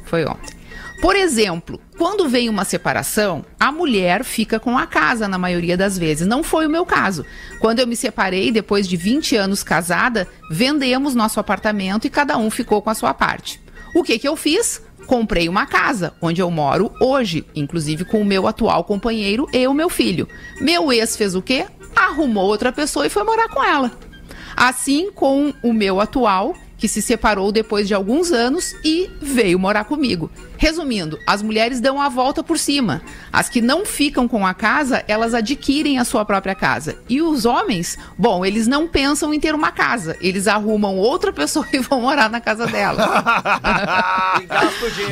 Speaker 2: Foi ontem. Por exemplo, quando vem uma separação, a mulher fica com a casa na maioria das vezes. Não foi o meu caso. Quando eu me separei, depois de 20 anos casada, vendemos nosso apartamento e cada um ficou com a sua parte. O que, que eu fiz? Comprei uma casa, onde eu moro hoje, inclusive com o meu atual companheiro e o meu filho. Meu ex fez o quê? Arrumou outra pessoa e foi morar com ela. Assim com o meu atual, que se separou depois de alguns anos e veio morar comigo. Resumindo, as mulheres dão a volta por cima. As que não ficam com a casa, elas adquirem a sua própria casa. E os homens, bom, eles não pensam em ter uma casa. Eles arrumam outra pessoa [laughs] e vão morar na casa dela.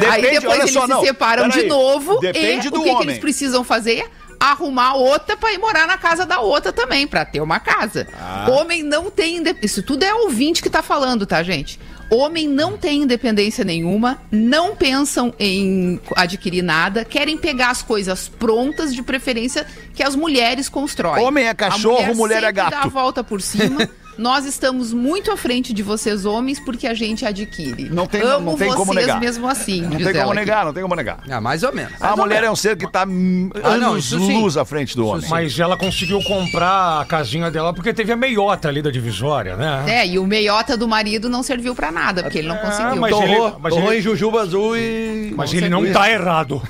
Speaker 2: aí depois
Speaker 3: olha
Speaker 2: eles
Speaker 3: só,
Speaker 2: se
Speaker 3: não.
Speaker 2: separam de
Speaker 3: Peraí.
Speaker 2: novo.
Speaker 3: Depende
Speaker 2: e
Speaker 3: do
Speaker 2: o que, que
Speaker 3: homem.
Speaker 2: eles precisam fazer? Arrumar outra pra ir morar na casa da outra também, pra ter uma casa.
Speaker 3: Ah.
Speaker 2: Homem não tem independência. Isso tudo é ouvinte que tá falando, tá, gente? Homem não tem independência nenhuma, não pensam em adquirir nada, querem pegar as coisas prontas, de preferência que as mulheres constroem.
Speaker 3: Homem é
Speaker 2: A
Speaker 3: cachorro, mulher é
Speaker 2: sempre
Speaker 3: gato. [laughs]
Speaker 2: Dá a volta por cima. Nós estamos muito à frente de vocês, homens, porque a gente adquire.
Speaker 3: Não tem-
Speaker 2: Amo
Speaker 3: não tem
Speaker 2: vocês
Speaker 3: como negar.
Speaker 2: mesmo assim.
Speaker 3: Não
Speaker 2: diz
Speaker 3: tem como
Speaker 2: ela aqui.
Speaker 3: negar, não tem como negar.
Speaker 5: Ah, mais ou menos.
Speaker 3: A
Speaker 5: Mais ou
Speaker 3: mulher é
Speaker 5: menos.
Speaker 3: um ser que tá hum,
Speaker 5: Ah, não,
Speaker 3: anos
Speaker 5: isso sim.
Speaker 3: luz à frente do homem.
Speaker 4: Mas ela conseguiu comprar a casinha dela porque teve a meiota ali da divisória, né?
Speaker 2: É, e o meiota do marido não serviu pra nada, porque ele não conseguiu. Então,
Speaker 4: mas ele- mas
Speaker 6: torrou
Speaker 4: ele-
Speaker 6: em Jujuba Azul e.
Speaker 4: Mas ele não tá errado.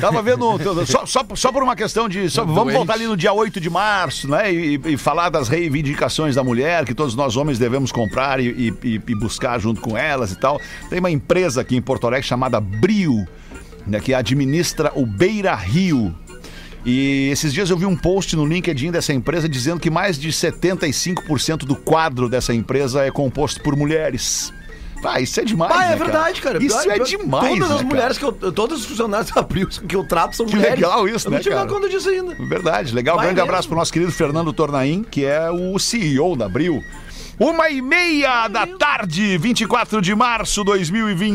Speaker 3: Tava vendo. um- Só, só, só por uma questão de. só- vamos voltar ali no dia 8 de março, né? E, e falar das reivindicações da mulher, que todos nós homens devemos comprar e, e- e- e buscar junto com elas e tal. Tem uma empresa aqui em Porto Alegre chamada Brio, né, que administra o Beira Rio. E esses dias eu vi um post no LinkedIn dessa empresa dizendo que mais de 75% do quadro dessa empresa é composto por mulheres. Ah, isso é demais.
Speaker 6: Ah,
Speaker 3: né,
Speaker 6: é verdade, cara.
Speaker 3: Isso
Speaker 6: Eu-
Speaker 3: é
Speaker 6: eu-
Speaker 3: demais.
Speaker 6: Todas
Speaker 3: né,
Speaker 6: as
Speaker 3: cara?
Speaker 6: mulheres que eu. Todos os funcionários da [laughs] Abril que eu trato são
Speaker 3: Que
Speaker 6: mulheres.
Speaker 3: legal isso,
Speaker 6: eu
Speaker 3: né,
Speaker 6: não tive
Speaker 3: cara?
Speaker 6: dado conta disso ainda.
Speaker 3: Verdade, legal.
Speaker 6: Vai
Speaker 3: Grande
Speaker 6: mesmo.
Speaker 3: abraço pro nosso querido Fernando Tornaim, que é o CEO da Abril. Uma e meia da tarde, 24 de março de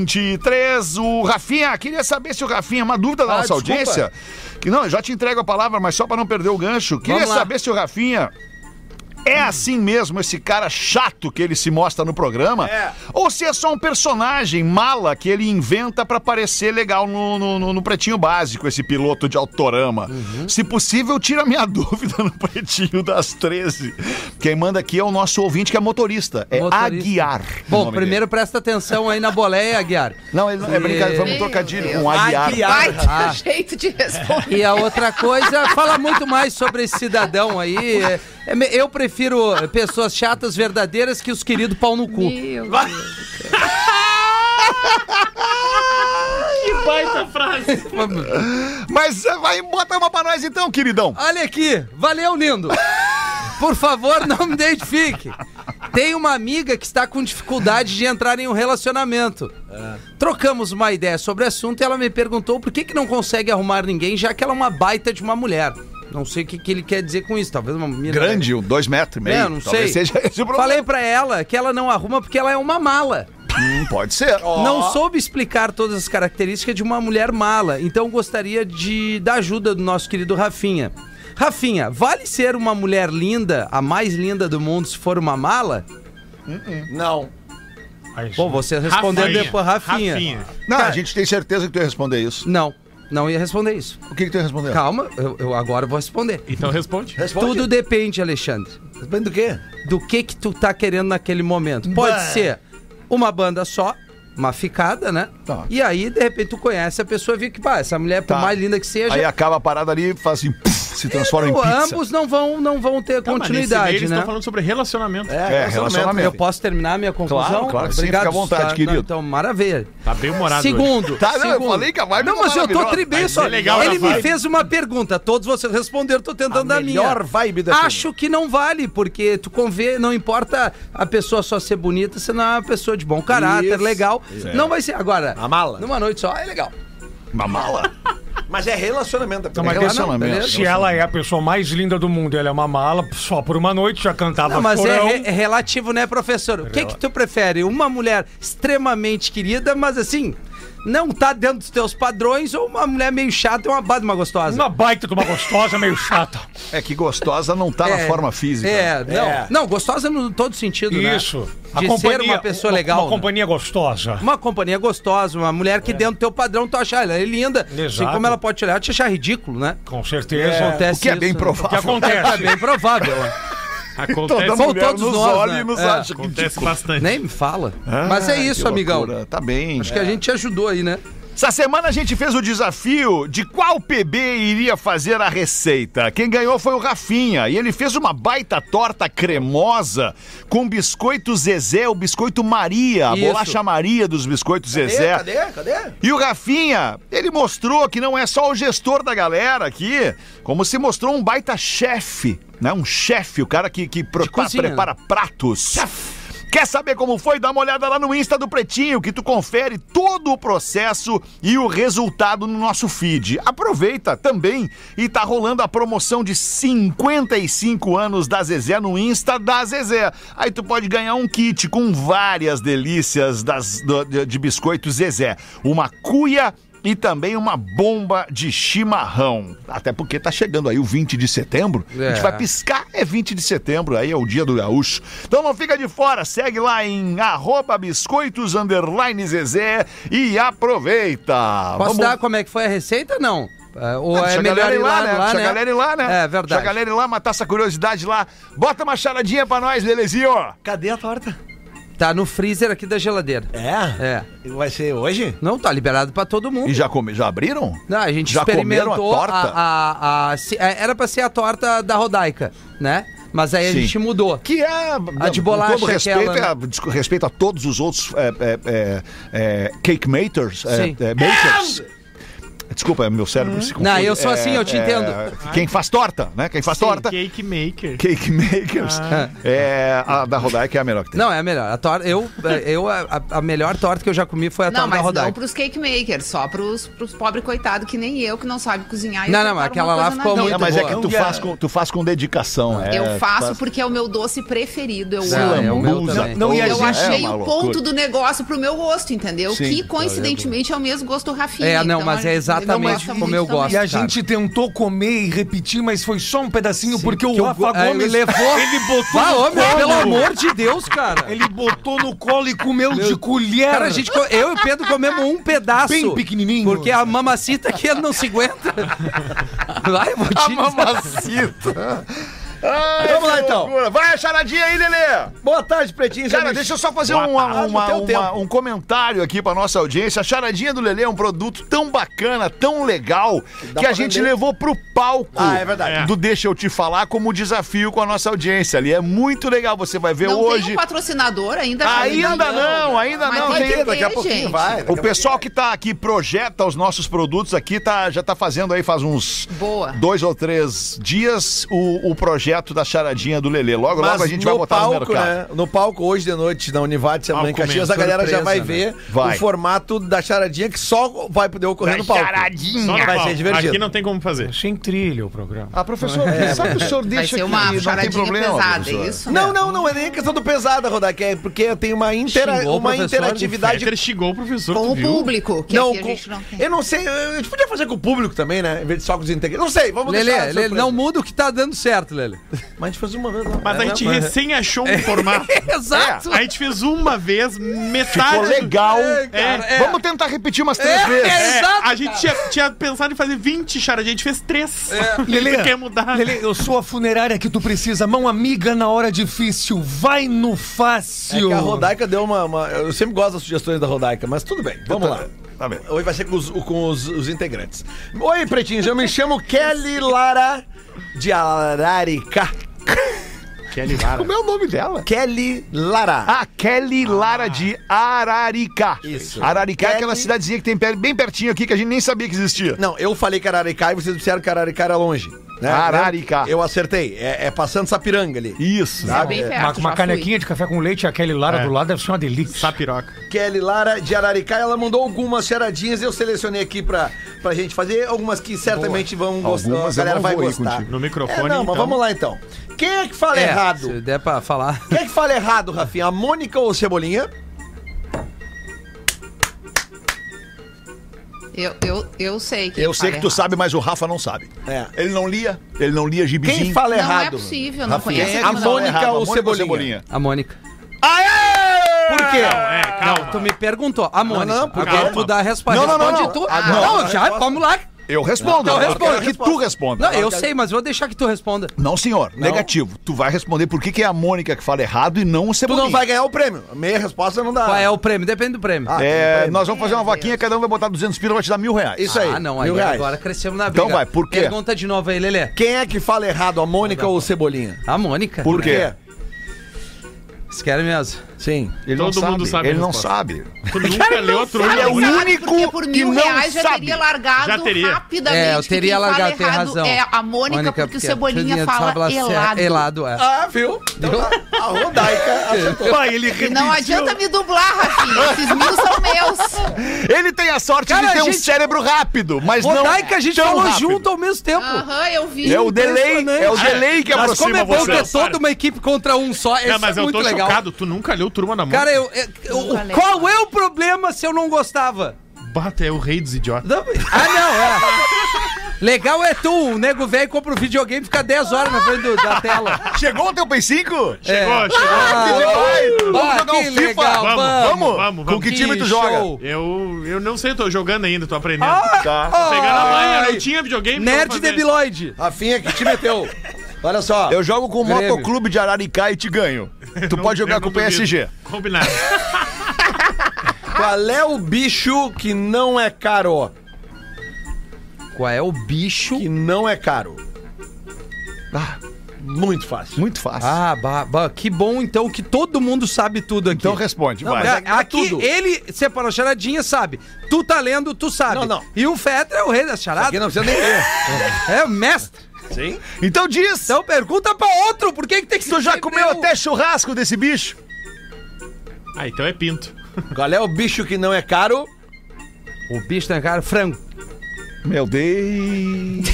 Speaker 3: 2023. O Rafinha, queria saber se o Rafinha, uma dúvida da
Speaker 5: Ah,
Speaker 3: nossa
Speaker 5: desculpa.
Speaker 3: audiência. Que não, eu já te entrego a palavra, mas só para não perder o gancho. Queria
Speaker 5: Vamos lá.
Speaker 3: saber se o Rafinha. É assim mesmo esse cara chato que ele se mostra no programa? Ou se é só um personagem mala que ele inventa pra parecer legal no, no- no- no pretinho básico, esse piloto de autorama? Se possível, tira minha [laughs] dúvida no pretinho das 13. Quem manda aqui é o nosso ouvinte, que é motorista. É
Speaker 5: Motorista.
Speaker 3: Aguiar. o
Speaker 5: Bom,
Speaker 3: nome
Speaker 5: primeiro presta atenção aí na boleia, Guiar.
Speaker 3: dele. Não, ele não é brincadeira, foi um
Speaker 2: Meu
Speaker 3: trocadilho
Speaker 2: Deus.
Speaker 3: com Aguiar.
Speaker 2: Vai ter
Speaker 5: Ah.
Speaker 2: jeito
Speaker 3: [laughs]
Speaker 2: de responder.
Speaker 5: E a outra coisa, fala muito mais sobre esse cidadão aí. É- é me- Eu prefiro pessoas chatas verdadeiras que os queridos pau no cu.
Speaker 2: Meu Deus.
Speaker 7: Que baita frase.
Speaker 3: Mas é, vai, bota uma pra nós então, queridão.
Speaker 5: Olha aqui, valeu, lindo. Por favor, não me identifique. Tem uma amiga que está com dificuldade de entrar em um relacionamento.
Speaker 3: É.
Speaker 5: Trocamos uma ideia sobre o assunto e ela me perguntou por que, que não consegue arrumar ninguém, já que ela é uma baita de uma mulher. Não sei o que, que ele quer dizer com isso, talvez uma mina.
Speaker 3: Grande, um dois metros e meio.
Speaker 5: É, não
Speaker 3: Talvez
Speaker 5: sei.
Speaker 3: seja esse o problema.
Speaker 5: Falei pra ela que ela não arruma porque ela é uma mala.
Speaker 3: Hum, pode ser.
Speaker 5: Não soube explicar todas as características de uma mulher mala, então gostaria de da ajuda do nosso querido Rafinha. Rafinha, vale ser uma mulher linda, a mais linda do mundo, se for uma mala?
Speaker 6: Não.
Speaker 4: Aí,
Speaker 5: Bom, você respondeu depois, Rafinha.
Speaker 3: Não,
Speaker 5: Cara-
Speaker 3: a gente tem certeza que tu ia responder isso.
Speaker 5: Não, não ia responder isso.
Speaker 3: O que, que tu ia responder?
Speaker 5: Calma, eu, eu agora vou responder.
Speaker 7: Então responde.
Speaker 6: Responde.
Speaker 5: Tudo depende, Alexandre,
Speaker 6: Depende do quê?
Speaker 5: do que que tu tá querendo naquele momento. Pode ser uma banda só, uma ficada, né?
Speaker 3: Tá.
Speaker 5: E aí, de repente, tu conhece a pessoa e vê que, pá, essa mulher, por
Speaker 3: Tá.
Speaker 5: mais linda que seja,
Speaker 3: Aí acaba a parada ali e faz assim, pss, se transforma em
Speaker 5: Não,
Speaker 3: pizza.
Speaker 5: Ambos não vão, não vão ter
Speaker 7: Tá, mas nesse daí
Speaker 5: continuidade,
Speaker 7: Eles
Speaker 5: né?
Speaker 7: estão falando sobre relacionamento.
Speaker 3: É,
Speaker 5: Eu
Speaker 3: relacionamento.
Speaker 5: posso terminar a minha conclusão?
Speaker 3: Claro, claro que sim, fica à vontade,
Speaker 5: tá?
Speaker 3: querido.
Speaker 5: Não, então, maravilha.
Speaker 7: Tá bem humorado hoje.
Speaker 5: Segundo.
Speaker 3: Tá, não, eu
Speaker 5: segundo.
Speaker 3: falei que a vibe
Speaker 5: Não,
Speaker 3: tá
Speaker 5: mas eu tô
Speaker 3: maravilhosa.
Speaker 5: tribenso.
Speaker 7: Mas é legal
Speaker 5: Ele
Speaker 7: a
Speaker 5: me
Speaker 7: vibe.
Speaker 5: fez uma pergunta, todos vocês responderam, tô tentando a, minha.
Speaker 6: melhor vibe da
Speaker 5: Acho que não vale, porque tu convê, não importa a pessoa só ser bonita, senão é uma pessoa de bom caráter,
Speaker 6: Isso.
Speaker 5: legal.
Speaker 3: É.
Speaker 5: Não vai ser. Agora,
Speaker 6: A mala.
Speaker 5: numa noite só, é legal.
Speaker 3: Uma mala.
Speaker 6: Mas é relacionamento.
Speaker 4: Não, mas
Speaker 5: É
Speaker 4: tem-
Speaker 3: relacionamento.
Speaker 5: beleza?
Speaker 4: Se ela é a pessoa mais linda do mundo, ela é uma mala, só por uma noite já cantava
Speaker 5: Não, mas é,
Speaker 4: chorão.
Speaker 5: re- é relativo, né, professor? O que que tu prefere? Uma mulher extremamente querida, mas assim, não tá dentro dos teus padrões, ou uma mulher meio chata e uma bada uma gostosa?
Speaker 4: Uma baita de uma gostosa, meio
Speaker 5: [laughs]
Speaker 4: chata.
Speaker 3: É que gostosa não tá na
Speaker 5: É,
Speaker 3: forma física.
Speaker 5: É, não.
Speaker 6: É.
Speaker 5: Não, gostosa no todo sentido, né?
Speaker 4: Isso.
Speaker 5: De ser uma pessoa legal.
Speaker 4: Uma
Speaker 5: né?
Speaker 4: companhia gostosa.
Speaker 5: Uma companhia gostosa, uma mulher que dentro do teu padrão tu achar ela é linda. Assim
Speaker 4: Exato.
Speaker 5: como ela pode te olhar, e te achar ridículo, né?
Speaker 4: Com certeza.
Speaker 5: Acontece
Speaker 3: O que é bem
Speaker 5: isso, né?
Speaker 4: O que
Speaker 3: provável.
Speaker 5: É
Speaker 4: acontece?
Speaker 5: bem provável. né?
Speaker 3: Então,
Speaker 7: Acontece,
Speaker 5: Toda- São todos
Speaker 3: nos
Speaker 5: nós,
Speaker 3: olha
Speaker 5: né?
Speaker 3: e nos
Speaker 5: É.
Speaker 3: acha que
Speaker 7: acontece bastante.
Speaker 5: Nem me fala. mas é isso,
Speaker 3: Ah, Que
Speaker 5: amigão.
Speaker 3: loucura. Tá bem.
Speaker 5: Acho que a
Speaker 4: É.
Speaker 5: gente te ajudou aí, né?
Speaker 3: Essa semana a gente fez o desafio de qual PB iria fazer a receita. Quem ganhou foi o Rafinha e ele fez uma baita torta cremosa com biscoito Zezé, o biscoito Maria, a
Speaker 5: Isso.
Speaker 3: bolacha Maria dos biscoitos Zezé.
Speaker 6: Cadê? Cadê?
Speaker 3: E o Rafinha, ele mostrou que não é só o gestor da galera aqui, como se mostrou um baita chefe, né? Um chefe, o cara que, que pro- tá
Speaker 5: cozinha.
Speaker 3: prepara pratos. Quer saber como foi? Dá uma olhada lá no Insta do Pretinho, que tu confere todo o processo e o resultado no nosso feed. Aproveita também e tá rolando a promoção de 55 anos da Zezé no Insta da Zezé. Aí tu pode ganhar um kit com várias delícias das, do- de, de biscoito Zezé. Uma cuia e também uma bomba de chimarrão. Até porque tá chegando aí o 20 de setembro. A gente
Speaker 5: É.
Speaker 3: vai piscar, é 20 de setembro, aí é o dia do gaúcho. Então não fica de fora, segue lá em arroba biscoitos underline Zezé e aproveita.
Speaker 5: Posso
Speaker 3: Vamos-
Speaker 5: dar como é que foi a receita? Não. É, ou
Speaker 3: Deixa
Speaker 5: é
Speaker 3: a
Speaker 5: melhor
Speaker 3: tá galera
Speaker 5: ir lá,
Speaker 3: né?
Speaker 5: lá,
Speaker 3: Deixa
Speaker 5: né?
Speaker 3: a galera ir lá, né?
Speaker 5: É
Speaker 3: Deixa a
Speaker 5: verdade.
Speaker 3: galera ir lá matar essa curiosidade lá. Bota uma charadinha pra nós, Lelezinho.
Speaker 6: Cadê a torta?
Speaker 5: Tá no freezer aqui da geladeira.
Speaker 6: É?
Speaker 5: É.
Speaker 6: Vai ser hoje?
Speaker 5: Não, tá liberado pra todo mundo.
Speaker 3: E já, come... já abriram?
Speaker 5: Não, a gente
Speaker 3: Já
Speaker 5: experimentou
Speaker 3: comeram a torta?
Speaker 5: a- a- se- é, era pra ser a torta da Rodaica, né? Mas aí
Speaker 3: Sim.
Speaker 5: a gente mudou.
Speaker 3: Que é.
Speaker 5: A de bolacha
Speaker 3: Todo respeito,
Speaker 5: aquela, né?
Speaker 3: a, desco- respeito a todos os outros é, é, é, é, cake makers. é,
Speaker 5: Sim. Hum.
Speaker 3: é, makers. Desculpa, meu cérebro se confunde.
Speaker 5: Não, eu sou
Speaker 3: É,
Speaker 5: assim, eu te
Speaker 3: é,
Speaker 5: entendo.
Speaker 3: Quem faz torta, né? Quem faz torta.
Speaker 7: Cake maker. Ah.
Speaker 3: Cake makers. É, a da Rodaica é a melhor que tem.
Speaker 5: Não, é a melhor. A, torta,
Speaker 3: [laughs]
Speaker 5: eu, é, eu, a, a melhor torta que eu já comi
Speaker 3: tá,
Speaker 5: foi a
Speaker 2: Não,
Speaker 5: torta da
Speaker 2: mas não
Speaker 5: Rodaica.
Speaker 2: pros cake makers, só pros, pros pobre coitado que nem eu, que não sabe cozinhar. e
Speaker 5: Não,
Speaker 2: eu
Speaker 5: não,
Speaker 2: preparo
Speaker 5: aquela
Speaker 2: uma
Speaker 5: lá
Speaker 2: coisa na
Speaker 5: ficou
Speaker 2: vida.
Speaker 3: É, mas é
Speaker 5: boa.
Speaker 3: que tu faz com, tu faz com dedicação. é,
Speaker 2: Eu
Speaker 3: tu
Speaker 2: faço
Speaker 3: faz-
Speaker 2: porque é o meu doce preferido. Eu
Speaker 5: Sim,
Speaker 2: amo.
Speaker 5: é o meu
Speaker 3: Lambuza,
Speaker 5: também.
Speaker 3: não, e a
Speaker 2: eu
Speaker 3: gente- é
Speaker 2: achei
Speaker 3: uma
Speaker 2: o
Speaker 3: loucura.
Speaker 2: ponto do negócio pro meu gosto, entendeu?
Speaker 3: Sim,
Speaker 2: que coincidentemente é o mesmo gosto do Rafinha.
Speaker 5: É, não,
Speaker 2: então
Speaker 5: mas
Speaker 2: a
Speaker 5: é
Speaker 2: gente
Speaker 5: exatamente
Speaker 2: gosta
Speaker 5: como
Speaker 2: muito
Speaker 5: eu
Speaker 2: também.
Speaker 5: gosto.
Speaker 9: E a
Speaker 5: Cara.
Speaker 9: gente tentou comer e repetir, mas foi só um pedacinho, porque
Speaker 5: Que
Speaker 9: o
Speaker 5: eu
Speaker 9: Rafa
Speaker 5: go-
Speaker 6: é
Speaker 5: ah,
Speaker 9: Gomes...
Speaker 3: [laughs]
Speaker 5: ele levou-
Speaker 9: Ele botou
Speaker 5: Ah,
Speaker 9: no
Speaker 5: homem,
Speaker 9: colo.
Speaker 5: pelo amor de Deus, cara.
Speaker 9: Ele botou no colo e comeu de colher.
Speaker 5: Cara, a gente, co- eu e o Pedro comemos um pedaço.
Speaker 9: Bem pequenininho.
Speaker 5: Porque a mamacita aqui não se aguenta. Vai, eu vou te dizer.
Speaker 3: Mamacita. Ai, Vamos lá então. Vai a charadinha aí, Lelê.
Speaker 6: Boa tarde, pretinho.
Speaker 3: Cara, deixa eu só fazer um, uma-
Speaker 6: no teu
Speaker 3: uma-
Speaker 6: tempo.
Speaker 3: um comentário aqui pra nossa audiência. A charadinha do Lelê é um produto tão bacana, tão legal, que, a
Speaker 6: pra
Speaker 3: gente
Speaker 6: vender.
Speaker 3: levou pro palco
Speaker 6: Ah, é verdade.
Speaker 3: do Deixa Eu Te Falar como desafio com a nossa audiência ali. É muito legal, você vai ver
Speaker 2: Não tem
Speaker 3: hoje.
Speaker 2: um patrocinador ainda?
Speaker 3: Ainda não, ainda
Speaker 2: Mas
Speaker 3: não.
Speaker 2: vai
Speaker 3: Tem-
Speaker 2: ter,
Speaker 6: Daqui a pouquinho
Speaker 2: gente.
Speaker 6: vai.
Speaker 3: O pessoal que tá aqui, projeta os nossos produtos aqui, tá, já tá fazendo aí faz uns
Speaker 2: Boa.
Speaker 3: dois ou três dias o, o projeto da charadinha do Lelê. Logo, logo a gente vai botar
Speaker 6: palco,
Speaker 3: no mercado.
Speaker 6: Né? No palco hoje de noite, na Univate, semana em
Speaker 7: Palco
Speaker 6: Caxias,
Speaker 7: mesmo,
Speaker 6: a galera já
Speaker 5: surpresa,
Speaker 6: vai
Speaker 5: né?
Speaker 6: ver
Speaker 3: Vai.
Speaker 6: o formato da charadinha que só vai poder ocorrer no palco.
Speaker 7: Só no
Speaker 6: Vai
Speaker 7: pau.
Speaker 6: ser divertido.
Speaker 7: Aqui não tem como fazer.
Speaker 4: É Sem trilha o programa.
Speaker 3: Ah, professor,
Speaker 6: É,
Speaker 3: sabe que o senhor
Speaker 2: Vai
Speaker 3: deixa
Speaker 2: ser
Speaker 3: aqui,
Speaker 2: uma
Speaker 3: não tem
Speaker 2: charadinha
Speaker 3: problema,
Speaker 2: pesada, é
Speaker 3: professor.
Speaker 2: isso?
Speaker 6: Não, não, não é nem questão do pesado, Rodak, é porque tem uma, intera
Speaker 5: Xingou o
Speaker 6: uma
Speaker 5: professor,
Speaker 6: interatividade.
Speaker 7: Peter xingou o professor,
Speaker 2: Com
Speaker 7: tu
Speaker 2: o
Speaker 7: viu?
Speaker 2: público, que
Speaker 6: Não,
Speaker 2: aqui
Speaker 6: com-
Speaker 2: a gente não tem.
Speaker 6: eu não sei, a gente podia fazer com o público também, né? Em vez de só com os integrantes. Não sei, vamos
Speaker 5: Lelê,
Speaker 6: deixar. a
Speaker 5: Lelê,
Speaker 6: é surpresa.
Speaker 5: não muda o que tá dando certo, Lelê.
Speaker 6: Mas a gente fez uma vez lá. É,
Speaker 7: Mas a gente recém achou um formato.
Speaker 5: [laughs] Exato.
Speaker 7: A gente fez uma vez, metade.
Speaker 3: Ficou legal.
Speaker 7: cara,
Speaker 5: é.
Speaker 3: Vamos tentar repetir umas três
Speaker 5: É,
Speaker 3: vezes.
Speaker 5: é.
Speaker 7: É,
Speaker 5: Exato,
Speaker 7: a gente tinha, tinha pensado em fazer 20 charadinhas, a gente fez 3. [laughs]
Speaker 9: Lelê,
Speaker 7: quer mudar.
Speaker 9: Lelê, eu sou a funerária que tu precisa, mão amiga na hora difícil, vai no
Speaker 6: É
Speaker 9: fácil.
Speaker 6: que a Rodaica deu uma, uma- Eu sempre gosto das sugestões da Rodaica, mas tudo bem, vamos lá.
Speaker 3: Tá bem.
Speaker 6: Hoje vai ser com os, com os- os integrantes. Oi, pretinhos, eu me chamo Kelly Lara de Ararica.
Speaker 7: Kelly Lara.
Speaker 3: Como é o nome dela?
Speaker 6: Kelly Lara.
Speaker 3: A Kelly Lara de Ararica.
Speaker 6: Isso.
Speaker 3: Ararica é
Speaker 6: Kelly-
Speaker 3: aquela cidadezinha que tem per- bem pertinho aqui que a gente nem sabia que existia.
Speaker 6: Não, eu falei que era Araricá e vocês disseram que Araricá era longe. Né?
Speaker 3: Araricá.
Speaker 6: Eu acertei. É, é passando Sapiranga ali.
Speaker 3: Isso.
Speaker 2: É bem perto,
Speaker 4: Uma,
Speaker 2: já
Speaker 4: uma
Speaker 2: fui.
Speaker 4: canequinha de café com leite, aquele
Speaker 5: É.
Speaker 4: Lara do lado, deve ser uma delícia.
Speaker 7: Sapiroca.
Speaker 6: Kelly Lara de Araricá, ela mandou algumas charadinhas, eu selecionei aqui pra, pra gente fazer, algumas que certamente vão gostar, a
Speaker 3: Algumas eu
Speaker 6: galera
Speaker 3: não
Speaker 6: vai
Speaker 3: vou ir
Speaker 6: gostar.
Speaker 3: contigo.
Speaker 7: No microfone,
Speaker 6: É, não, mas
Speaker 7: então.
Speaker 6: vamos lá então. Quem é que fala
Speaker 5: É,
Speaker 6: errado?
Speaker 5: Se der pra falar.
Speaker 6: Quem é que fala errado, Rafinha? A Mônica ou Cebolinha?
Speaker 2: Eu, eu, eu sei que.
Speaker 3: Eu sei que tu sabe, mas o Rafa não sabe.
Speaker 6: É.
Speaker 3: Ele não lia, ele não lia gibizinho.
Speaker 6: Quem fala
Speaker 2: Não é
Speaker 6: errado?
Speaker 2: possível, não
Speaker 6: Rafinha,
Speaker 2: conheço.
Speaker 6: a
Speaker 2: não.
Speaker 6: Mônica ou
Speaker 3: o
Speaker 6: Cebolinha?
Speaker 5: A Mônica.
Speaker 6: Aê! Por quê?
Speaker 7: É, calma.
Speaker 5: Tu me perguntou. A Mônica.
Speaker 6: não, por
Speaker 5: Agora
Speaker 7: quê?
Speaker 5: tu dá a resposta.
Speaker 3: Não, não, não,
Speaker 5: Responde
Speaker 3: não.
Speaker 5: tu.
Speaker 2: Ah,
Speaker 5: não,
Speaker 6: não,
Speaker 5: já,
Speaker 6: resposta.
Speaker 5: vamos lá.
Speaker 3: Eu respondo.
Speaker 5: Então
Speaker 3: eu
Speaker 5: responde,
Speaker 3: quero que tu responda. tá?
Speaker 5: Não, eu sei, mas vou deixar que tu responda.
Speaker 3: Não, senhor. Negativo. Tu vai responder por que, que é a Mônica que fala errado e não o
Speaker 6: Tu
Speaker 3: Cebolinha.
Speaker 6: não vai ganhar o prêmio. Meia resposta não dá.
Speaker 5: Qual é o prêmio? Depende do prêmio.
Speaker 6: Ah,
Speaker 3: É, nós vamos fazer uma
Speaker 2: Meu
Speaker 3: vaquinha, cada um vai botar 200 pila, vai te dar mil reais.
Speaker 6: Isso aí.
Speaker 5: Ah, não, aí
Speaker 6: mil reais.
Speaker 5: agora crescemos na briga.
Speaker 3: Então vai, por quê?
Speaker 5: Pergunta de novo aí, Lelê.
Speaker 6: Quem é que fala errado, a Mônica ou o Cebolinha?
Speaker 5: A Mônica.
Speaker 3: Por quê?
Speaker 5: Vocês querem mesmo?
Speaker 6: Sim.
Speaker 3: Ele
Speaker 7: Todo mundo sabe a
Speaker 3: Ele não
Speaker 7: resposta.
Speaker 3: sabe.
Speaker 7: Tu nunca leu a
Speaker 2: Sabe,
Speaker 7: trulha.
Speaker 3: é o
Speaker 2: sabe,
Speaker 3: único
Speaker 2: porque por
Speaker 3: que
Speaker 2: mil
Speaker 3: não
Speaker 2: reais já
Speaker 3: sabe.
Speaker 2: teria largado
Speaker 7: Já teria.
Speaker 2: rapidamente.
Speaker 5: É, eu
Speaker 2: que
Speaker 5: teria
Speaker 2: quem fala
Speaker 5: largado, tem
Speaker 2: errado
Speaker 5: razão.
Speaker 2: É a Mônica, porque o Cebolinha
Speaker 5: Fernandes
Speaker 2: fala
Speaker 5: certo,
Speaker 2: elado.
Speaker 5: Elado, é.
Speaker 6: Ah, viu? Então tá. A Rodaica acertou.
Speaker 9: Pai, ele
Speaker 2: E não adianta me dublar, Rafinha. Esses mil são meus.
Speaker 3: Ele tem a sorte
Speaker 5: Cara,
Speaker 3: de
Speaker 5: a
Speaker 3: ter um
Speaker 5: gente-
Speaker 3: cérebro rápido, mas não.
Speaker 2: é
Speaker 5: Rodaica, a gente
Speaker 3: tão
Speaker 5: falou
Speaker 3: rápido.
Speaker 5: junto ao mesmo tempo.
Speaker 2: Aham, eu vi.
Speaker 3: É o delay, é o delay que
Speaker 5: Mas como é
Speaker 3: aproxima
Speaker 5: bom
Speaker 3: você.
Speaker 5: ter toda uma equipe contra um só, isso
Speaker 7: Não, mas
Speaker 5: é
Speaker 7: eu
Speaker 5: muito
Speaker 7: tô
Speaker 5: legal. é,
Speaker 7: chocado. Tu nunca leu Turma da Mônica.
Speaker 5: Cara, eu, eu- eu-
Speaker 2: Nunca lembro.
Speaker 5: qual é o problema se eu não gostava?
Speaker 7: Bata é o rei dos idiotas.
Speaker 5: Não, ah, não, é. Legal é tu, o nego velho compra um videogame e fica 10 horas na frente do- da tela.
Speaker 10: Chegou o teu P5?
Speaker 7: Chegou, chegou.
Speaker 5: Ah,
Speaker 10: Vamos
Speaker 5: ah,
Speaker 10: jogar um
Speaker 5: que
Speaker 10: FIFA?
Speaker 5: legal,
Speaker 7: Vamos, vamos,
Speaker 10: Com
Speaker 7: vamos.
Speaker 10: que time tu joga?
Speaker 5: show.
Speaker 7: Eu, eu não sei, eu tô jogando ainda, tô aprendendo.
Speaker 6: Ah,
Speaker 5: Ai,
Speaker 7: Pegando a manha, eu não tinha videogame.
Speaker 5: Nerd debiloide.
Speaker 6: Rafinha, que te meteu? Olha só.
Speaker 3: Eu jogo com o
Speaker 5: Grêmio.
Speaker 3: Um Motoclube de Araricá e te
Speaker 5: [laughs]
Speaker 3: ganho.
Speaker 7: Tu
Speaker 3: pode jogar com o PSG.
Speaker 7: Combinado.
Speaker 6: Qual é o bicho que não é caro?
Speaker 5: Qual é o bicho?
Speaker 6: Que não é caro. Ah, muito fácil.
Speaker 3: Muito fácil.
Speaker 5: Ah, ba- ba- que bom então que todo mundo sabe tudo aqui.
Speaker 3: então responde,
Speaker 5: Não,
Speaker 3: vai.
Speaker 5: mas
Speaker 6: é
Speaker 5: aqui
Speaker 6: tudo.
Speaker 5: ele separou a charadinha, sabe? Tu tá lendo, tu sabe.
Speaker 6: Não, não.
Speaker 5: E o Fetra é o rei das
Speaker 6: Aqui
Speaker 5: charadas.
Speaker 6: não precisa nem ler.
Speaker 5: É o mestre.
Speaker 3: Então diz!
Speaker 5: Então pergunta pra outro, por que, que tem que
Speaker 3: Tu já
Speaker 5: sempre
Speaker 3: comeu
Speaker 5: eu?
Speaker 3: até churrasco desse bicho?
Speaker 7: Ah, então é pinto.
Speaker 6: Qual é o bicho que não é caro?
Speaker 5: O bicho na cara, frango.
Speaker 3: Meu Deus!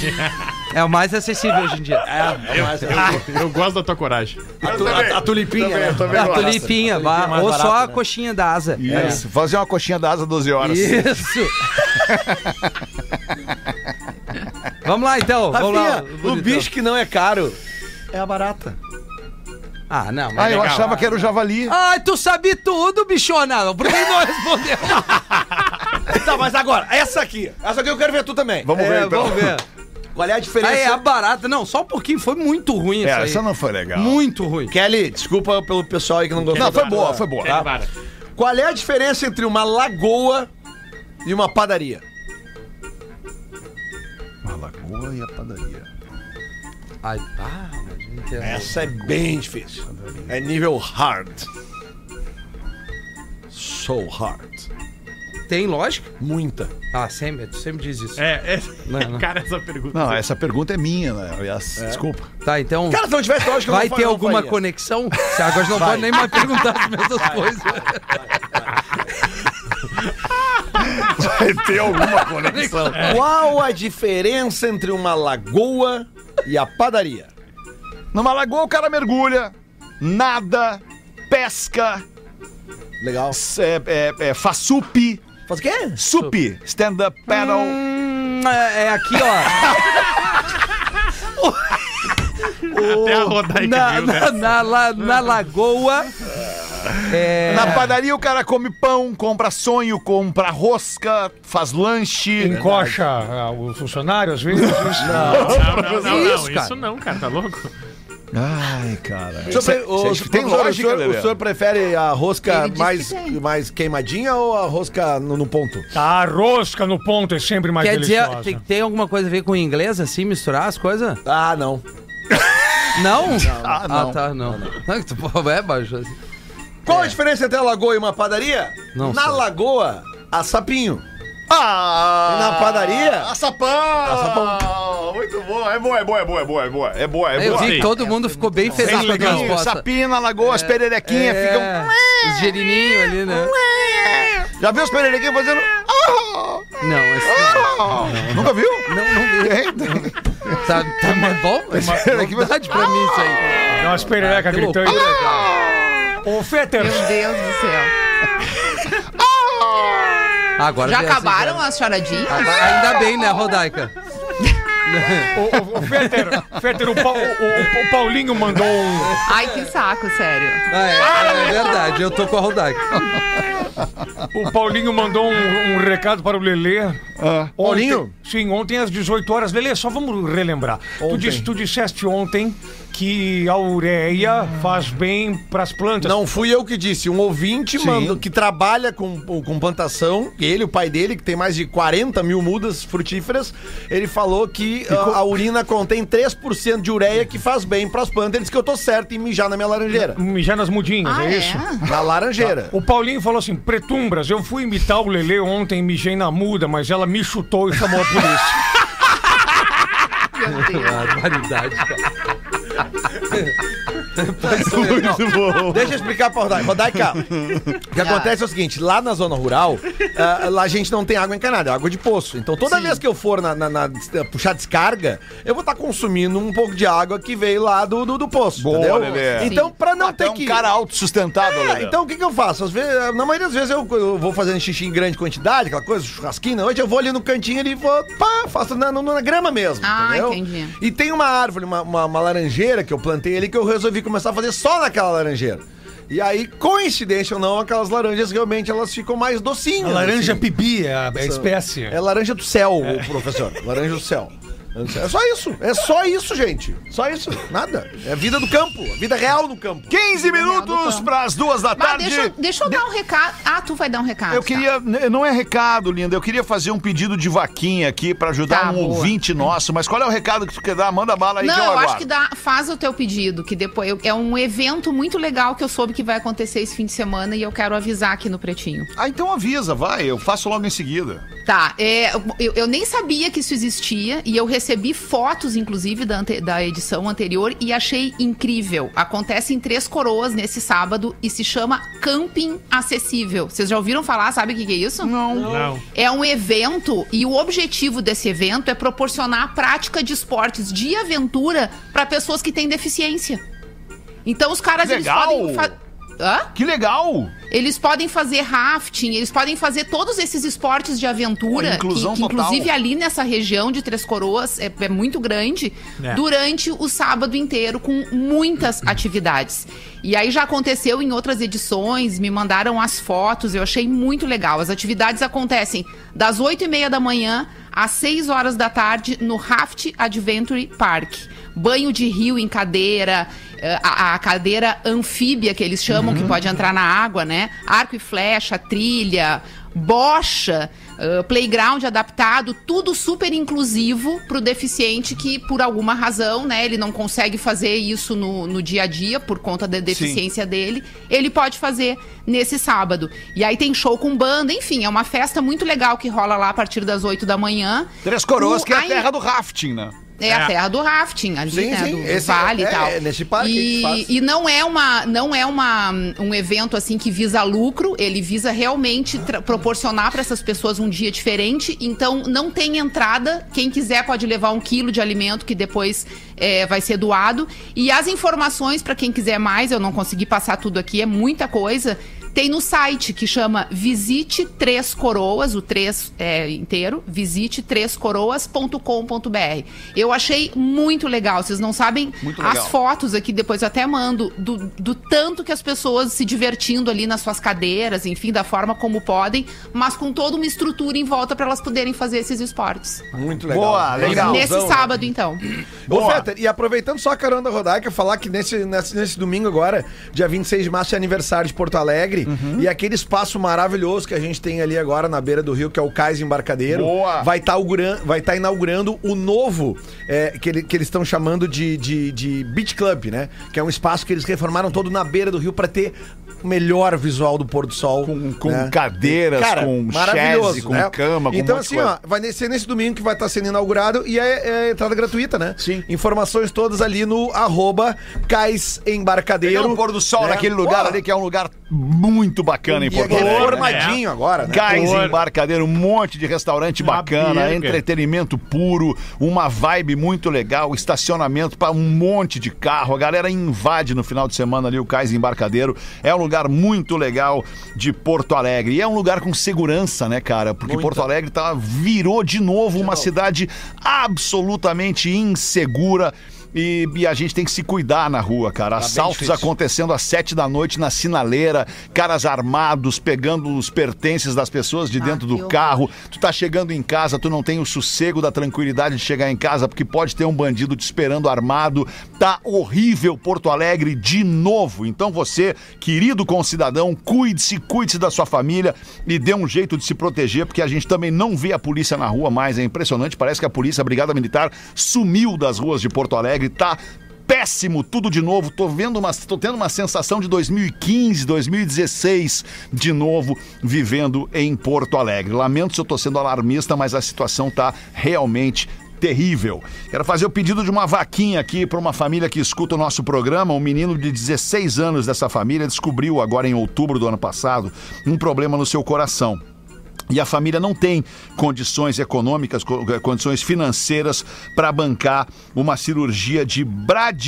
Speaker 5: É o mais acessível hoje em dia.
Speaker 6: É, é mais-
Speaker 7: [laughs] Eu gosto da tua coragem.
Speaker 6: a, tu- a- a tulipinha. né?
Speaker 5: a Ah, tulipinha, vá.
Speaker 6: mais
Speaker 5: ou
Speaker 6: barato,
Speaker 5: só a
Speaker 6: né?
Speaker 5: coxinha da asa.
Speaker 3: Isso, É. fazer uma coxinha da asa 12 horas.
Speaker 5: Isso. vamos lá então, vamos lá.
Speaker 6: Rafinha, o bicho que não é caro é a barata.
Speaker 5: Ah, não, mas.
Speaker 3: Ah, eu achava que era o javali.
Speaker 5: Ai, tu sabe tudo, bichona. Por que não respondeu?
Speaker 6: Tá, mas agora, essa aqui. Essa aqui eu quero ver tu também.
Speaker 3: Vamos ver,
Speaker 5: É,
Speaker 3: então.
Speaker 5: vamos ver.
Speaker 6: Qual é a diferença?
Speaker 5: Ah, é a barata. Não, só um pouquinho. Foi muito ruim
Speaker 3: É,
Speaker 5: isso
Speaker 3: essa
Speaker 5: aí.
Speaker 3: não foi legal.
Speaker 5: Muito ruim.
Speaker 6: Kelly, desculpa pelo pessoal aí que não gostou.
Speaker 3: Não, foi boa, foi boa.
Speaker 6: Ah,
Speaker 7: Ele vara.
Speaker 6: Qual é a diferença entre uma lagoa e uma padaria?
Speaker 3: A lagoa e a padaria.
Speaker 5: Ai, pá, mas não entendo.
Speaker 6: Essa é bem difícil. É nível hard. So hard.
Speaker 5: Tem lógica?
Speaker 6: Muita.
Speaker 5: Ah, sempre, tu sempre diz isso.
Speaker 7: É, é.
Speaker 5: Não, não.
Speaker 7: Cara, essa pergunta.
Speaker 3: Não, essa pergunta é minha, né? Aliás, [laughs] desculpa.
Speaker 5: Tá, então.
Speaker 6: Cara, se não tivesse lógica, eu
Speaker 5: vai ter
Speaker 6: não faria, não
Speaker 5: alguma
Speaker 6: faria.
Speaker 5: conexão? Você agora não pode nem mais perguntar as mesmas coisas.
Speaker 3: Vai ter alguma conexão.
Speaker 6: É. Qual a diferença entre uma lagoa e a padaria?
Speaker 3: Numa lagoa o cara mergulha, nada, pesca,
Speaker 6: Legal.
Speaker 3: s- é, é, é, faz sup,
Speaker 6: Faz o quê?
Speaker 3: sup, stand-up paddle.
Speaker 5: Hum, é, é aqui, ó.
Speaker 7: Até a Rodaica
Speaker 5: Na,
Speaker 7: viu,
Speaker 5: na,
Speaker 7: né?
Speaker 5: na, la- na lagoa. É,
Speaker 3: Na padaria o cara come pão, compra sonho, compra rosca, faz
Speaker 5: é
Speaker 3: lanche.
Speaker 4: Encoxa ah, o funcionário, às vezes. às vezes-
Speaker 7: Não, não, não, não.
Speaker 5: Isso,
Speaker 7: Isso,
Speaker 5: cara.
Speaker 7: não, cara. Tá louco?
Speaker 3: Ai, cara.
Speaker 6: O senhor, pre- o,
Speaker 3: Isso é- tem
Speaker 6: professor,
Speaker 3: lógica,
Speaker 6: o senhor,
Speaker 3: Lelê.
Speaker 6: o senhor prefere a rosca
Speaker 2: Ele disse
Speaker 6: mais,
Speaker 2: que tem.
Speaker 6: mais queimadinha ou a rosca no, no ponto?
Speaker 4: tá, A rosca no ponto é sempre mais
Speaker 5: Quer dizer,
Speaker 4: deliciosa.
Speaker 5: tem, tem alguma coisa a ver com inglês, assim, misturar as coisas?
Speaker 6: Ah, não.
Speaker 5: Não? Ah,
Speaker 3: não.
Speaker 5: tá, não. Ah, tu- pô, É baixo assim.
Speaker 6: Qual a diferença entre a lagoa e uma padaria?
Speaker 5: Não
Speaker 6: Na
Speaker 5: sei.
Speaker 6: lagoa, a sapinho.
Speaker 3: Ah,
Speaker 6: E na padaria?
Speaker 3: A sapão. Muito bom, é boa, é boa, é boa, é boa, é boa, é boa, é
Speaker 5: Eu
Speaker 3: boa.
Speaker 5: vi que todo mundo ficou bem
Speaker 3: Tem
Speaker 5: feliz com a
Speaker 3: sapinho,
Speaker 5: resposta.
Speaker 3: sapinho na lagoa, as pererequinhas
Speaker 5: É,
Speaker 3: ficam...
Speaker 5: Os gerininhos ali, né?
Speaker 3: Já viu os pererequinhos fazendo...
Speaker 5: Não, esse não.
Speaker 3: Nunca viu? Então,
Speaker 5: Não, não vi.
Speaker 3: Tem, tem.
Speaker 5: Tá, tá mais bom? É uma novidade pra mim isso aí. Ah,
Speaker 4: Tem umas pererecas
Speaker 5: que
Speaker 4: gritando. Ô, Fetter,
Speaker 2: Meu Deus do céu.
Speaker 5: Agora
Speaker 2: Já
Speaker 3: assim,
Speaker 5: veio essa
Speaker 2: acabaram
Speaker 5: ideia.
Speaker 2: as choradinhas?
Speaker 3: Ah, tá.
Speaker 5: Agora- Ainda bem, né, Rodaica?
Speaker 4: ô, ô, ô, Fetter, Fetter, o, Pau- o- o- o Paulinho mandou um.
Speaker 2: Ai, que saco, sério.
Speaker 5: Ah, é, é verdade, eu tô com a [laughs] Rodaica.
Speaker 4: O Paulinho mandou um, um recado para o Lelê.
Speaker 5: Ah.
Speaker 4: Ontem-
Speaker 6: Paulinho?
Speaker 4: Sim, ontem às 18 horas. Lelê, só vamos relembrar. Tu, disse- tu disseste ontem que a ureia faz bem para as plantas.
Speaker 6: Não fui eu que disse, um ouvinte mandou, que trabalha com, com plantação, ele, o pai dele, que tem mais de 40 mil mudas frutíferas, ele falou que ah, a, a urina contém 3% de ureia que faz bem pras plantas. Ele disse que eu tô certo em mijar na minha laranjeira.
Speaker 4: Mijar nas mudinhas,
Speaker 2: Ah,
Speaker 4: é
Speaker 2: é?
Speaker 4: isso?
Speaker 6: Na laranjeira.
Speaker 4: O Paulinho falou assim: Pretumbras, eu fui imitar o Lelê ontem e mijei na muda, mas ela me chutou e chamou a polícia.
Speaker 2: Meu Deus.
Speaker 5: Ah, Barbaridade, cara.
Speaker 6: Não, [laughs] Deixa eu explicar pra Rodaica. Rodaica, o que acontece é o seguinte: lá na zona rural, ah, lá a gente não tem água encanada, é água de poço. Então toda vez que eu for na, na- na des- puxar descarga, eu vou estar consumindo um pouco de água que veio lá do, do, do poço.
Speaker 3: Boa,
Speaker 6: entendeu?
Speaker 3: Lelê.
Speaker 6: Então,
Speaker 2: Sim.
Speaker 6: pra não
Speaker 3: é
Speaker 6: ter
Speaker 3: um
Speaker 6: que.
Speaker 3: cara autossustentável,
Speaker 6: É,
Speaker 3: Lelê.
Speaker 6: então o que, que eu faço? Às vezes, na maioria das vezes eu, eu vou fazendo xixi em grande quantidade, aquela coisa, churrasquinho, hoje eu vou ali no cantinho ali e vou, pá, faço na, na- na grama mesmo.
Speaker 2: Ah,
Speaker 6: entendeu?
Speaker 2: entendi.
Speaker 6: E tem uma árvore, uma, uma- uma laranjeira que eu plantei ali que eu resolvi começar a fazer só naquela laranjeira. E aí, coincidência ou não, aquelas laranjas realmente elas ficam mais docinhas.
Speaker 4: A [laughs] laranja
Speaker 6: assim.
Speaker 4: pibi é a é a espécie.
Speaker 6: É laranja do céu, professor. Laranja do céu. É só isso, é só isso, gente. Só isso, nada. É a vida do campo, a vida real no campo.
Speaker 11: 15 minutos para as duas da
Speaker 2: Mas
Speaker 11: tarde.
Speaker 2: deixa, eu- deixa eu dar um recado. Ah, tu vai dar um recado.
Speaker 3: Eu
Speaker 2: tá.
Speaker 3: queria, n- não é recado, linda. Eu queria fazer um pedido de vaquinha aqui pra ajudar
Speaker 2: Tá,
Speaker 3: um
Speaker 2: boa.
Speaker 3: ouvinte nosso. Mas qual é o recado que tu quer dar? Manda bala aí
Speaker 2: Não,
Speaker 3: que eu,
Speaker 2: eu,
Speaker 3: aguardo.
Speaker 2: acho que dá, faz o teu pedido, que depois eu- é um evento muito legal que eu soube que vai acontecer esse fim de semana e eu quero avisar aqui no Pretinho.
Speaker 3: Ah, então avisa, vai. Eu faço logo em seguida.
Speaker 2: Tá, é, eu, eu nem sabia que isso existia e eu recebi fotos, inclusive, da, ante- da edição anterior e achei incrível. Acontece em Três Coroas nesse sábado e se chama Camping Acessível. Vocês já ouviram falar? Sabe o que, que é isso? Não.
Speaker 7: Não.
Speaker 2: É um evento e o objetivo desse evento é proporcionar a prática de esportes de aventura para pessoas que têm deficiência. Então os caras
Speaker 3: Legal!
Speaker 2: eles podem fa- Hã?
Speaker 3: Que legal!
Speaker 2: Eles podem fazer rafting, eles podem fazer todos esses esportes de aventura,
Speaker 3: Pô, inclusão
Speaker 2: que, que
Speaker 3: total.
Speaker 2: inclusive ali nessa região de Três Coroas é, é muito grande,
Speaker 4: É.
Speaker 2: durante o sábado inteiro, com muitas atividades. E aí já aconteceu em outras edições, me mandaram as fotos, eu achei muito legal. As atividades acontecem das 8 e meia da manhã às 6 horas da tarde no Raft Adventure Park. Banho de rio em cadeira, eh, a, a cadeira anfíbia que eles chamam, que pode entrar na água, né? Arco e flecha, trilha, bocha, eh, playground adaptado, tudo super inclusivo pro deficiente que, por alguma razão, né, ele não consegue fazer isso no, no dia a dia por conta da deficiência dele. Ele pode fazer nesse sábado. E aí tem show com banda, enfim, é uma festa muito legal que rola lá a partir das 8 da manhã.
Speaker 3: Três Coroas,
Speaker 2: O-
Speaker 3: que é a
Speaker 2: ai-
Speaker 3: terra do rafting, né?
Speaker 2: É a terra do rafting, ali,
Speaker 6: Sim,
Speaker 2: né,
Speaker 6: sim,
Speaker 2: do, do
Speaker 6: esse-
Speaker 2: vale
Speaker 6: é,
Speaker 2: e tal.
Speaker 6: é nesse parque que faz.
Speaker 2: e, e não é uma, não é uma, um evento assim que visa lucro, ele visa realmente tra- proporcionar para essas pessoas um dia diferente. Então não tem entrada, quem quiser pode levar um quilo de alimento que depois é, vai ser doado. E as informações para quem quiser mais, eu não consegui passar tudo aqui, é muita coisa. Tem no site que chama Visite Três Coroas, o três é, inteiro, visite trescoroas.com.br. Eu achei muito legal, vocês não sabem
Speaker 3: Muito legal.
Speaker 2: as fotos aqui, depois eu até mando, do, do tanto que as pessoas se divertindo ali nas suas cadeiras, enfim, da forma como podem, mas com toda uma estrutura em volta para elas poderem fazer esses esportes.
Speaker 6: Muito
Speaker 3: Boa, legal.
Speaker 2: Nesse sábado, então.
Speaker 6: Ô, Fetter, e aproveitando só a carona da Rodaica, falar que nesse, nesse, nesse domingo agora, dia 26 de março, é aniversário de Porto Alegre.
Speaker 3: Uhum.
Speaker 6: E aquele espaço maravilhoso que a gente tem ali agora na beira do rio, que é o Cais Embarcadeiro,
Speaker 3: Boa.
Speaker 6: vai estar inaugurando o novo, é, que, ele- que eles estão chamando de, de, de Beach Club, né? Que é um espaço que eles reformaram todo na beira do rio para ter o melhor visual do pôr do sol.
Speaker 3: Com- com
Speaker 6: né?
Speaker 3: cadeiras,
Speaker 6: Cara,
Speaker 3: com
Speaker 6: maravilhoso,
Speaker 3: chaise, com
Speaker 6: né?
Speaker 3: cama, com um
Speaker 6: Então,
Speaker 3: monte de
Speaker 6: assim,
Speaker 3: coisa.
Speaker 6: ó, vai ser nesse domingo que vai estar sendo inaugurado e é, é entrada gratuita, né?
Speaker 3: Sim.
Speaker 6: Informações todas ali no arroba Cais
Speaker 3: Pegar
Speaker 6: Embarcadeiro.
Speaker 3: um pôr do sol
Speaker 6: né?
Speaker 3: naquele lugar
Speaker 6: Pô,
Speaker 3: ali, que é um lugar muito bacana em
Speaker 6: E
Speaker 3: Porto
Speaker 6: aquele
Speaker 3: Alegre.
Speaker 6: formadinho
Speaker 3: É.
Speaker 6: agora, né?
Speaker 3: Gás
Speaker 7: Porra.
Speaker 3: embarcadeiro, um monte de restaurante
Speaker 7: Uma
Speaker 3: bacana,
Speaker 7: biega.
Speaker 3: entretenimento puro, uma vibe muito legal, estacionamento para um monte de carro. A galera invade no final de semana ali o Cais Embarcadeiro. É um lugar muito legal de Porto Alegre. E é um lugar com segurança, né, cara? Porque Porto Alegre tá, virou de novo uma cidade absolutamente insegura. E, e a gente tem que se cuidar na rua, cara. Assaltos acontecendo às sete da noite na sinaleira, caras armados pegando os pertences das pessoas de dentro
Speaker 2: que
Speaker 3: do
Speaker 2: horror.
Speaker 3: carro. Tu tá chegando em casa, tu não tem o sossego da tranquilidade de chegar em casa, porque pode ter um bandido te esperando armado. Tá horrível Porto Alegre de novo. Então você, querido concidadão, cuide-se, cuide-se da sua família e dê um jeito de se proteger, porque a gente também não vê a polícia na rua mais. É impressionante, parece que a polícia, a Brigada Militar, sumiu das ruas de Porto Alegre, tá péssimo, tudo de novo. Tô vendo uma, tô tendo uma sensação de 2015, 2016 de novo vivendo em Porto Alegre. Lamento se eu tô sendo alarmista, mas a situação tá realmente terrível. Quero fazer o pedido de uma vaquinha aqui para uma família que escuta o nosso programa. Um menino de 16 anos dessa família descobriu agora em outubro do ano passado um problema no seu coração. E a família não tem condições econômicas, co- eh, condições financeiras para bancar uma cirurgia de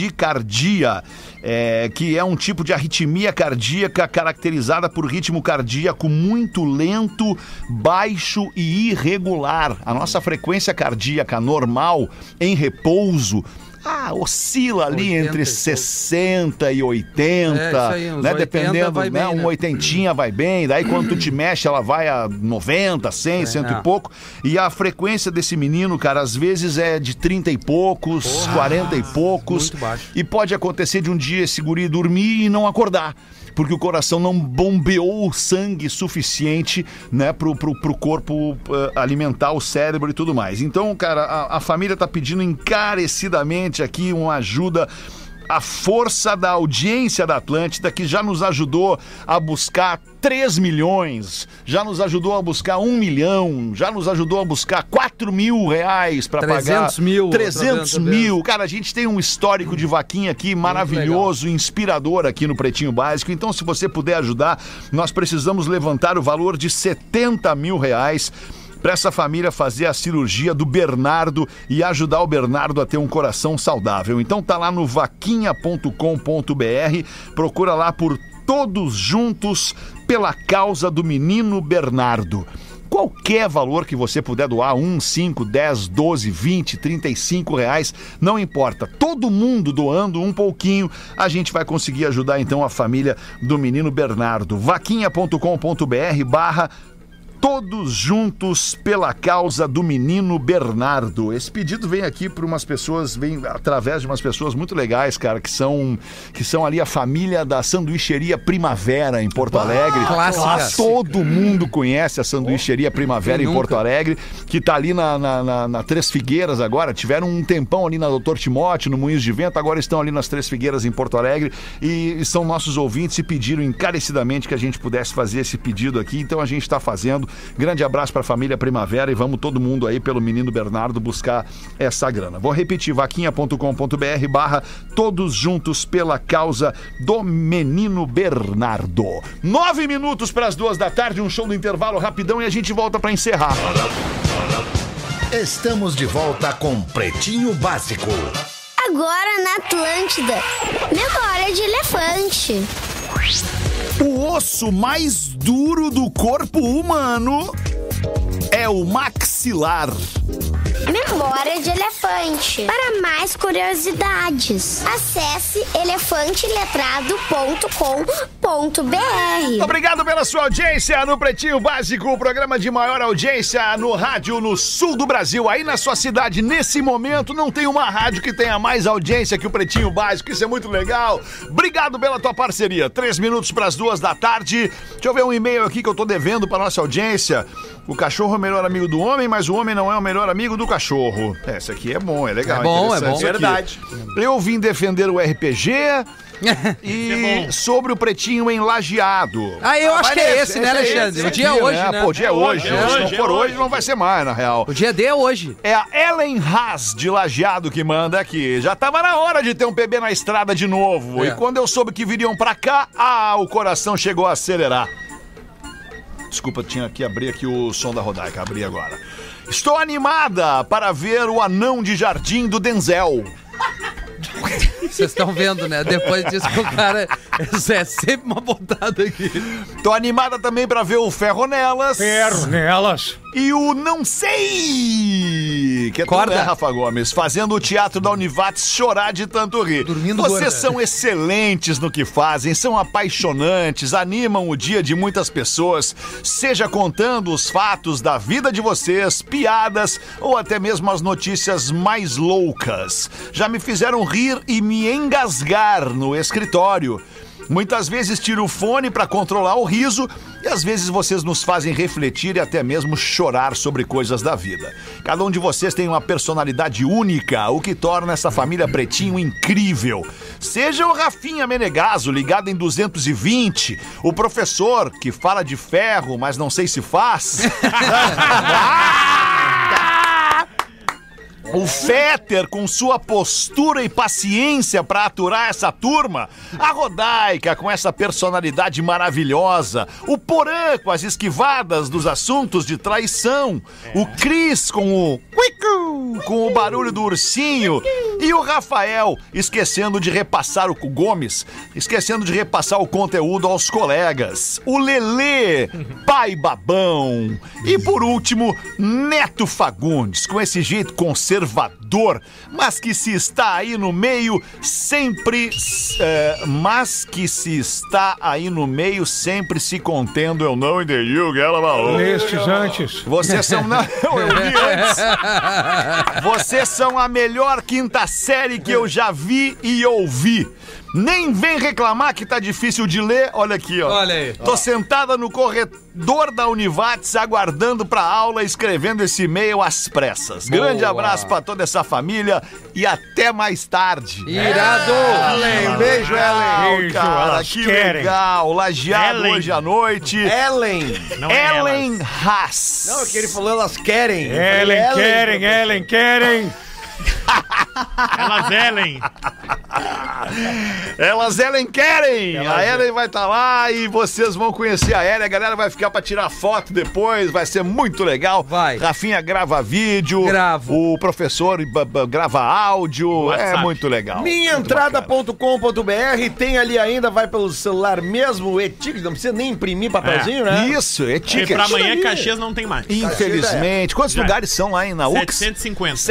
Speaker 3: bradicardia, é, que é um tipo de arritmia cardíaca caracterizada por ritmo cardíaco muito lento, baixo e irregular. A nossa frequência cardíaca normal em repouso. ah, oscila ali
Speaker 5: 80
Speaker 3: entre
Speaker 5: e pouco.
Speaker 3: 60 e 80,
Speaker 5: É, isso aí, uns
Speaker 3: né?
Speaker 5: 80
Speaker 3: Dependendo,
Speaker 5: vai
Speaker 3: né?
Speaker 5: bem,
Speaker 3: Um
Speaker 5: né?
Speaker 3: oitentinha vai bem, daí quando tu te mexe ela vai a 90, 100, cento
Speaker 5: é.
Speaker 3: e pouco. E a frequência desse menino, cara, às vezes é de 30 e poucos, 40 e poucos.
Speaker 5: muito baixo.
Speaker 3: E pode acontecer de um dia esse guri dormir e não acordar. Porque o coração não bombeou o sangue suficiente, né, pro, pro, pro corpo eh, alimentar o cérebro e tudo mais. Então, cara, a, a família tá pedindo encarecidamente aqui uma ajuda. A força da audiência da Atlântida, que já nos ajudou a buscar 3 milhões, já nos ajudou a buscar 1 milhão, já nos ajudou a buscar 4 mil reais para pagar.
Speaker 5: 300 mil, outra vez,
Speaker 3: 300
Speaker 5: outra vez.
Speaker 3: mil. Cara, a gente tem um histórico de vaquinha aqui maravilhoso, inspirador aqui no Pretinho Básico. Então, se você puder ajudar, nós precisamos levantar o valor de 70 mil reais para essa família fazer a cirurgia do Bernardo e ajudar o Bernardo a ter um coração saudável. Então tá lá no vaquinha.com.br, procura lá por Todos Juntos pela causa do menino Bernardo. Qualquer valor que você puder doar, 1, 5, 10, 12, 20, 35 reais, não importa. Todo mundo doando um pouquinho, a gente vai conseguir ajudar então a família do menino Bernardo. Vaquinha.com.br barra Todos juntos pela causa do menino Bernardo. Esse pedido vem aqui por umas pessoas, vem através de umas pessoas muito legais, cara, que são que são ali a família da sanduicheria Primavera em Porto Alegre.
Speaker 5: clássica.
Speaker 3: Lá Todo mundo conhece a sanduicheria Primavera
Speaker 5: Quem
Speaker 3: em
Speaker 5: nunca?
Speaker 3: Porto Alegre, que tá ali na, na, na- na Três Figueiras agora. Tiveram um tempão ali na Doutor Timóteo, no Moinhos de Vento, agora estão ali nas Três Figueiras em Porto Alegre e são nossos ouvintes e pediram encarecidamente que a gente pudesse fazer esse pedido aqui. Então a gente está fazendo. Grande abraço para a família Primavera e vamos todo mundo aí pelo menino Bernardo buscar essa grana. Vou repetir, vaquinha.com.br barra todos juntos pela causa do menino Bernardo. Nove minutos para as duas da tarde, um show no intervalo rapidão e a gente volta para encerrar.
Speaker 6: Estamos de volta com Pretinho Básico.
Speaker 12: Agora na Atlântida. Memória de elefante.
Speaker 3: O osso mais duro do corpo humano é o maxilar.
Speaker 12: Memória de elefante. Para mais curiosidades, acesse elefanteletrado.com.br.
Speaker 13: Obrigado pela sua audiência no Pretinho Básico, o programa de maior audiência no rádio no sul do Brasil. Aí na sua cidade, nesse momento, não tem uma rádio que tenha mais audiência que o Pretinho Básico. Isso é muito legal. Obrigado pela tua parceria. Três minutos para as duas da tarde. Deixa eu ver um e-mail aqui que eu tô devendo para nossa audiência. O cachorro é o melhor amigo do homem, mas o homem não é o melhor amigo do cachorro. É, Esse aqui é bom, é legal.
Speaker 5: É bom, é
Speaker 13: interessante
Speaker 5: bom.
Speaker 13: isso aqui.
Speaker 14: Verdade.
Speaker 13: Eu vim defender o RPG e sobre o Pretinho em Lajeado.
Speaker 5: Ah, eu acho
Speaker 14: vai
Speaker 5: que é
Speaker 14: nesse,
Speaker 5: esse, né,
Speaker 14: esse aí,
Speaker 5: Alexandre?
Speaker 14: esse
Speaker 5: o dia
Speaker 3: Aqui,
Speaker 5: é hoje, né?
Speaker 3: Pô, o dia é, hoje.
Speaker 7: hoje, é
Speaker 3: Se não
Speaker 7: hoje,
Speaker 3: for
Speaker 7: é
Speaker 3: hoje,
Speaker 7: hoje.
Speaker 3: não vai ser mais, na real.
Speaker 5: O dia D é hoje.
Speaker 3: É a Ellen Haas de Lajeado que manda aqui. Já tava na hora de ter um PB na estrada de novo.
Speaker 5: É.
Speaker 3: E quando eu soube que viriam pra cá, ah, o coração chegou a acelerar. Desculpa, tinha que abrir aqui o som da Rodaica. Abri agora. Estou animada para ver o anão de jardim do Denzel.
Speaker 5: Vocês estão vendo, né? Depois disso que o cara. [laughs] Isso é sempre uma botada aqui.
Speaker 3: Tô animada também para ver o Ferro Nelas.
Speaker 4: Ferro nelas.
Speaker 3: E o Não Sei! Que é tudo,
Speaker 5: Corda.
Speaker 3: né, Rafa Gomes? Fazendo o teatro da Univates chorar de tanto rir.
Speaker 5: Dormindo gorda.
Speaker 3: Vocês são excelentes no que fazem, são apaixonantes, animam o dia de muitas pessoas, seja contando os fatos da vida de vocês, piadas ou até mesmo as notícias mais loucas. Já me fizeram rir e me engasgar no escritório. Muitas vezes tiro o fone para controlar o riso e às vezes vocês nos fazem refletir e até mesmo chorar sobre coisas da vida. Cada um de vocês tem uma personalidade única, o que torna essa família Pretinho incrível. Seja o Rafinha Menegaso, ligado em 220, o professor que fala de ferro, mas não sei se faz. O Fetter, com sua postura e paciência para aturar essa turma. A Rodaica, com essa personalidade maravilhosa. O Porã, com as esquivadas dos assuntos de traição. O Cris, com o... cuicu, Com o barulho do ursinho. E o Rafael, esquecendo de repassar o o Gomes, esquecendo de repassar o conteúdo aos colegas. O Lelê, pai babão. E por último, Neto Fagundes, com esse jeito conservador, mas que se está aí no meio sempre. eh, mas que se está aí no meio sempre se contendo. Eu não entendi o que ela falou.
Speaker 4: Nestes antes.
Speaker 3: Vocês são. Não, eu li antes. Vocês são a melhor quinta série que eu já vi e ouvi. Nem vem reclamar que tá difícil de ler. Olha aqui, ó.
Speaker 5: Olha aí.
Speaker 3: Tô sentada no corredor da Univates aguardando pra aula, escrevendo esse e-mail às pressas. Grande
Speaker 5: Boa.
Speaker 3: abraço pra toda essa família e até mais tarde.
Speaker 5: Irado!
Speaker 3: Ellen, beijo, Ellen.
Speaker 4: Beijo,
Speaker 3: cara,
Speaker 4: elas
Speaker 3: que
Speaker 4: querem.
Speaker 3: legal. Lajeado
Speaker 15: Ellen.
Speaker 3: hoje à noite.
Speaker 6: Ellen.
Speaker 15: Não é
Speaker 3: Ellen
Speaker 15: elas.
Speaker 3: Haas.
Speaker 6: Não, é que ele falou, elas querem. Eu falei,
Speaker 4: é Ellen,
Speaker 3: é."
Speaker 4: querem, Ellen, querem.
Speaker 15: Elas Ellen.
Speaker 3: Elas Ellen querem! a Ellen vai estar lá e vocês vão conhecer a Ellen. A galera vai ficar pra tirar foto depois, vai ser muito legal.
Speaker 5: Vai.
Speaker 3: Rafinha grava vídeo.
Speaker 5: Gravo.
Speaker 3: O professor ba- ba- grava áudio. É muito legal.
Speaker 6: Minhaentrada.com.br tem ali ainda, vai pelo celular mesmo, o e-ticket, não precisa nem imprimir papelzinho, né?
Speaker 3: Isso, é
Speaker 15: E
Speaker 3: ticket.
Speaker 15: pra amanhã
Speaker 6: ali.
Speaker 15: Caxias não tem mais.
Speaker 3: Infelizmente. Quantos
Speaker 15: Já é.
Speaker 3: lugares são lá em Naux?
Speaker 15: 750.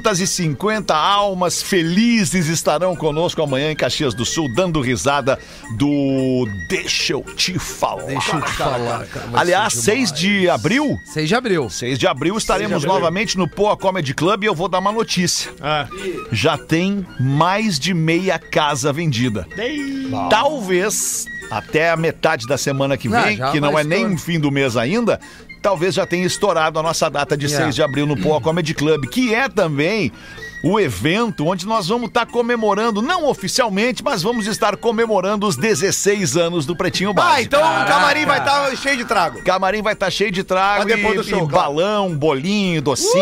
Speaker 3: 750 almas felizes estarão conosco amanhã em Caxias do Sul, dando risada do Deixa eu te falar.
Speaker 5: Deixa eu te falar, cara. vai
Speaker 3: Aliás,
Speaker 5: ser
Speaker 3: 6 de abril.
Speaker 5: demais. 6 de abril.
Speaker 3: 6 de abril estaremos novamente no Poa Comedy Club e eu vou dar uma notícia.
Speaker 15: Ah.
Speaker 3: Já tem mais de meia casa vendida.
Speaker 15: Dei.
Speaker 3: Talvez até a metade da semana que
Speaker 5: Ah,
Speaker 3: vem,
Speaker 5: já
Speaker 3: que não
Speaker 5: vai
Speaker 3: é nem
Speaker 5: estourar.
Speaker 3: fim do mês ainda, talvez já tenha estourado a nossa data de
Speaker 5: Yeah.
Speaker 3: 6 de abril no Poa Comedy Club, que é também o evento onde nós vamos estar comemorando, não oficialmente, mas vamos estar comemorando os 16 anos do Pretinho Básico.
Speaker 6: Ah, então o camarim vai estar cheio de trago.
Speaker 3: Camarim vai estar cheio de trago
Speaker 6: Mas depois
Speaker 3: e,
Speaker 6: do show,
Speaker 3: e
Speaker 6: claro.
Speaker 3: balão, bolinho, docinho,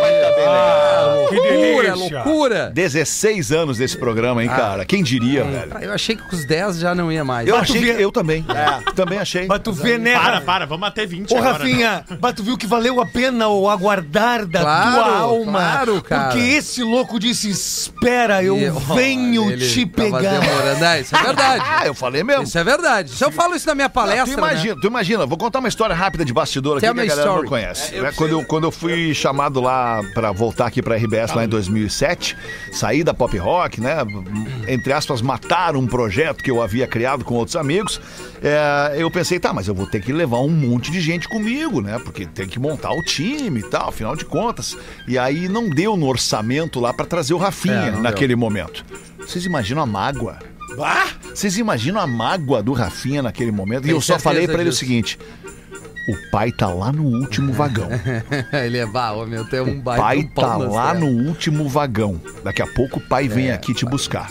Speaker 3: vai estar bem legal.
Speaker 4: Que
Speaker 5: Loucura,
Speaker 4: delícia.
Speaker 5: loucura.
Speaker 3: 16 anos desse programa, hein, cara? Quem diria, velho?
Speaker 5: Ah, Eu achei que com os 10 já não ia mais.
Speaker 3: Eu
Speaker 5: Mas
Speaker 3: achei,
Speaker 5: tu
Speaker 3: que-
Speaker 5: vê-
Speaker 3: eu também. Também achei.
Speaker 16: Mas tu vê, né?
Speaker 15: Para, para, vamos até 20
Speaker 16: Ô,
Speaker 15: agora.
Speaker 16: Rafinha, mas tu viu que valeu a pena o aguardar da
Speaker 5: Claro,
Speaker 16: tua alma.
Speaker 5: claro, cara.
Speaker 16: Porque esse louco disse: espera, eu
Speaker 5: E- olha,
Speaker 16: venho
Speaker 5: ele
Speaker 16: te
Speaker 5: tava
Speaker 16: pegar.
Speaker 5: demorando. É, isso é
Speaker 3: Ah,
Speaker 5: verdade.
Speaker 3: eu falei mesmo.
Speaker 5: Isso é verdade. Se eu falo isso na minha
Speaker 3: tu
Speaker 5: palestra, né?
Speaker 3: imagina, tu imagina, vou contar uma história rápida de bastidor aqui
Speaker 5: Tell
Speaker 3: que a
Speaker 5: me
Speaker 3: galera não
Speaker 5: story.
Speaker 3: conhece. Né, quando, eu, quando eu fui chamado lá pra voltar aqui pra RBS
Speaker 5: Tá.
Speaker 3: lá em 2007, saí da pop rock, né? Entre aspas, matar um projeto que eu havia criado com outros amigos. é, eu pensei, tá, mas eu vou ter que levar um monte de gente comigo, né? Porque tem que montar o time e tal, afinal de contas. E aí não deu no orçamento lá pra trazer o
Speaker 5: É,
Speaker 3: Rafinha
Speaker 5: não
Speaker 3: naquele momento. Vocês imaginam a mágoa? Vocês imaginam a mágoa do Rafinha naquele momento? e
Speaker 5: Tenho
Speaker 3: eu só falei
Speaker 5: certeza
Speaker 3: pra ele o
Speaker 5: disso.
Speaker 3: seguinte: o pai tá lá no
Speaker 5: [laughs]
Speaker 3: último vagão.
Speaker 5: [laughs] Ele é barro, meu. Tem um
Speaker 3: O
Speaker 5: baita
Speaker 3: pai
Speaker 5: um pau
Speaker 3: tá
Speaker 5: nas
Speaker 3: lá
Speaker 5: trevas.
Speaker 3: no último vagão. Daqui a pouco o pai vem
Speaker 5: É,
Speaker 3: aqui te buscar.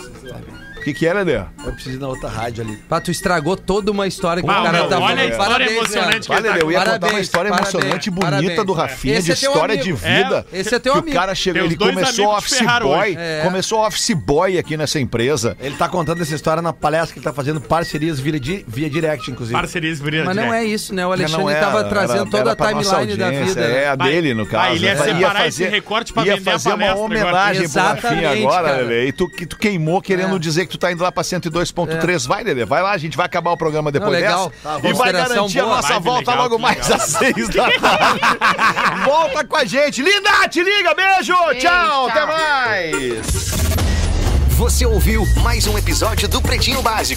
Speaker 3: O que, que era, Lelê?
Speaker 6: Eu preciso ir na outra rádio ali.
Speaker 5: Pá, tu estragou toda uma história que
Speaker 15: Ah,
Speaker 5: o cara
Speaker 15: meu,
Speaker 5: tá
Speaker 15: olha a
Speaker 5: falando.
Speaker 15: história emocionante
Speaker 5: Leandro.
Speaker 15: que
Speaker 3: Olha, Lelê, eu ia contar uma
Speaker 5: Parabéns,
Speaker 3: história
Speaker 5: parabéns,
Speaker 3: emocionante e bonita
Speaker 5: parabéns.
Speaker 3: do Rafinha,
Speaker 5: Esse
Speaker 3: de
Speaker 5: é teu
Speaker 3: história de
Speaker 5: amigo.
Speaker 3: vida.
Speaker 5: É, esse é teu
Speaker 3: que
Speaker 5: amigo.
Speaker 3: O cara chegou,
Speaker 15: Teus
Speaker 3: ele
Speaker 15: dois
Speaker 3: começou
Speaker 15: amigos te
Speaker 3: office
Speaker 15: ferraram
Speaker 3: boy.
Speaker 15: hoje.
Speaker 5: É.
Speaker 3: Começou office boy aqui nessa empresa.
Speaker 6: Ele tá contando essa história na palestra que ele tá fazendo parcerias via, di- via direct, inclusive.
Speaker 15: Parcerias viria
Speaker 5: Mas não é isso, né? O Alexandre
Speaker 3: Não é,
Speaker 5: tava
Speaker 3: era-
Speaker 5: trazendo toda
Speaker 3: era
Speaker 5: a
Speaker 3: pra nossa
Speaker 5: timeline da
Speaker 3: audiência,
Speaker 5: vida. né?
Speaker 3: É, a
Speaker 15: Vai,
Speaker 3: dele, no
Speaker 15: vai,
Speaker 3: caso.
Speaker 15: ele ia
Speaker 3: né? Vai,
Speaker 15: separar esse recorte pra
Speaker 3: ia
Speaker 15: vender a
Speaker 3: fazer uma
Speaker 15: palestra agora.
Speaker 3: homenagem pro Rafinha
Speaker 5: Exatamente,
Speaker 3: agora,
Speaker 5: cara.
Speaker 3: Lelê. E tu, que tu queimou querendo
Speaker 5: É.
Speaker 3: dizer que tu tá indo lá pra 102.3. Vai, Lelê, vai lá, a gente vai acabar o programa depois
Speaker 5: Não, legal.
Speaker 3: dessa.
Speaker 5: Tá,
Speaker 3: e vai
Speaker 5: consideração
Speaker 3: garantir a
Speaker 5: boa.
Speaker 3: nossa
Speaker 15: Vibe
Speaker 3: volta
Speaker 15: legal,
Speaker 3: logo
Speaker 15: que
Speaker 3: mais
Speaker 15: legal.
Speaker 3: às seis da tarde.
Speaker 15: [laughs]
Speaker 3: volta com a gente. Linda, te liga, beijo,
Speaker 2: Beijo,
Speaker 3: tchau, até
Speaker 2: tchau.
Speaker 3: mais.
Speaker 1: Você ouviu mais um episódio do Pretinho Básico.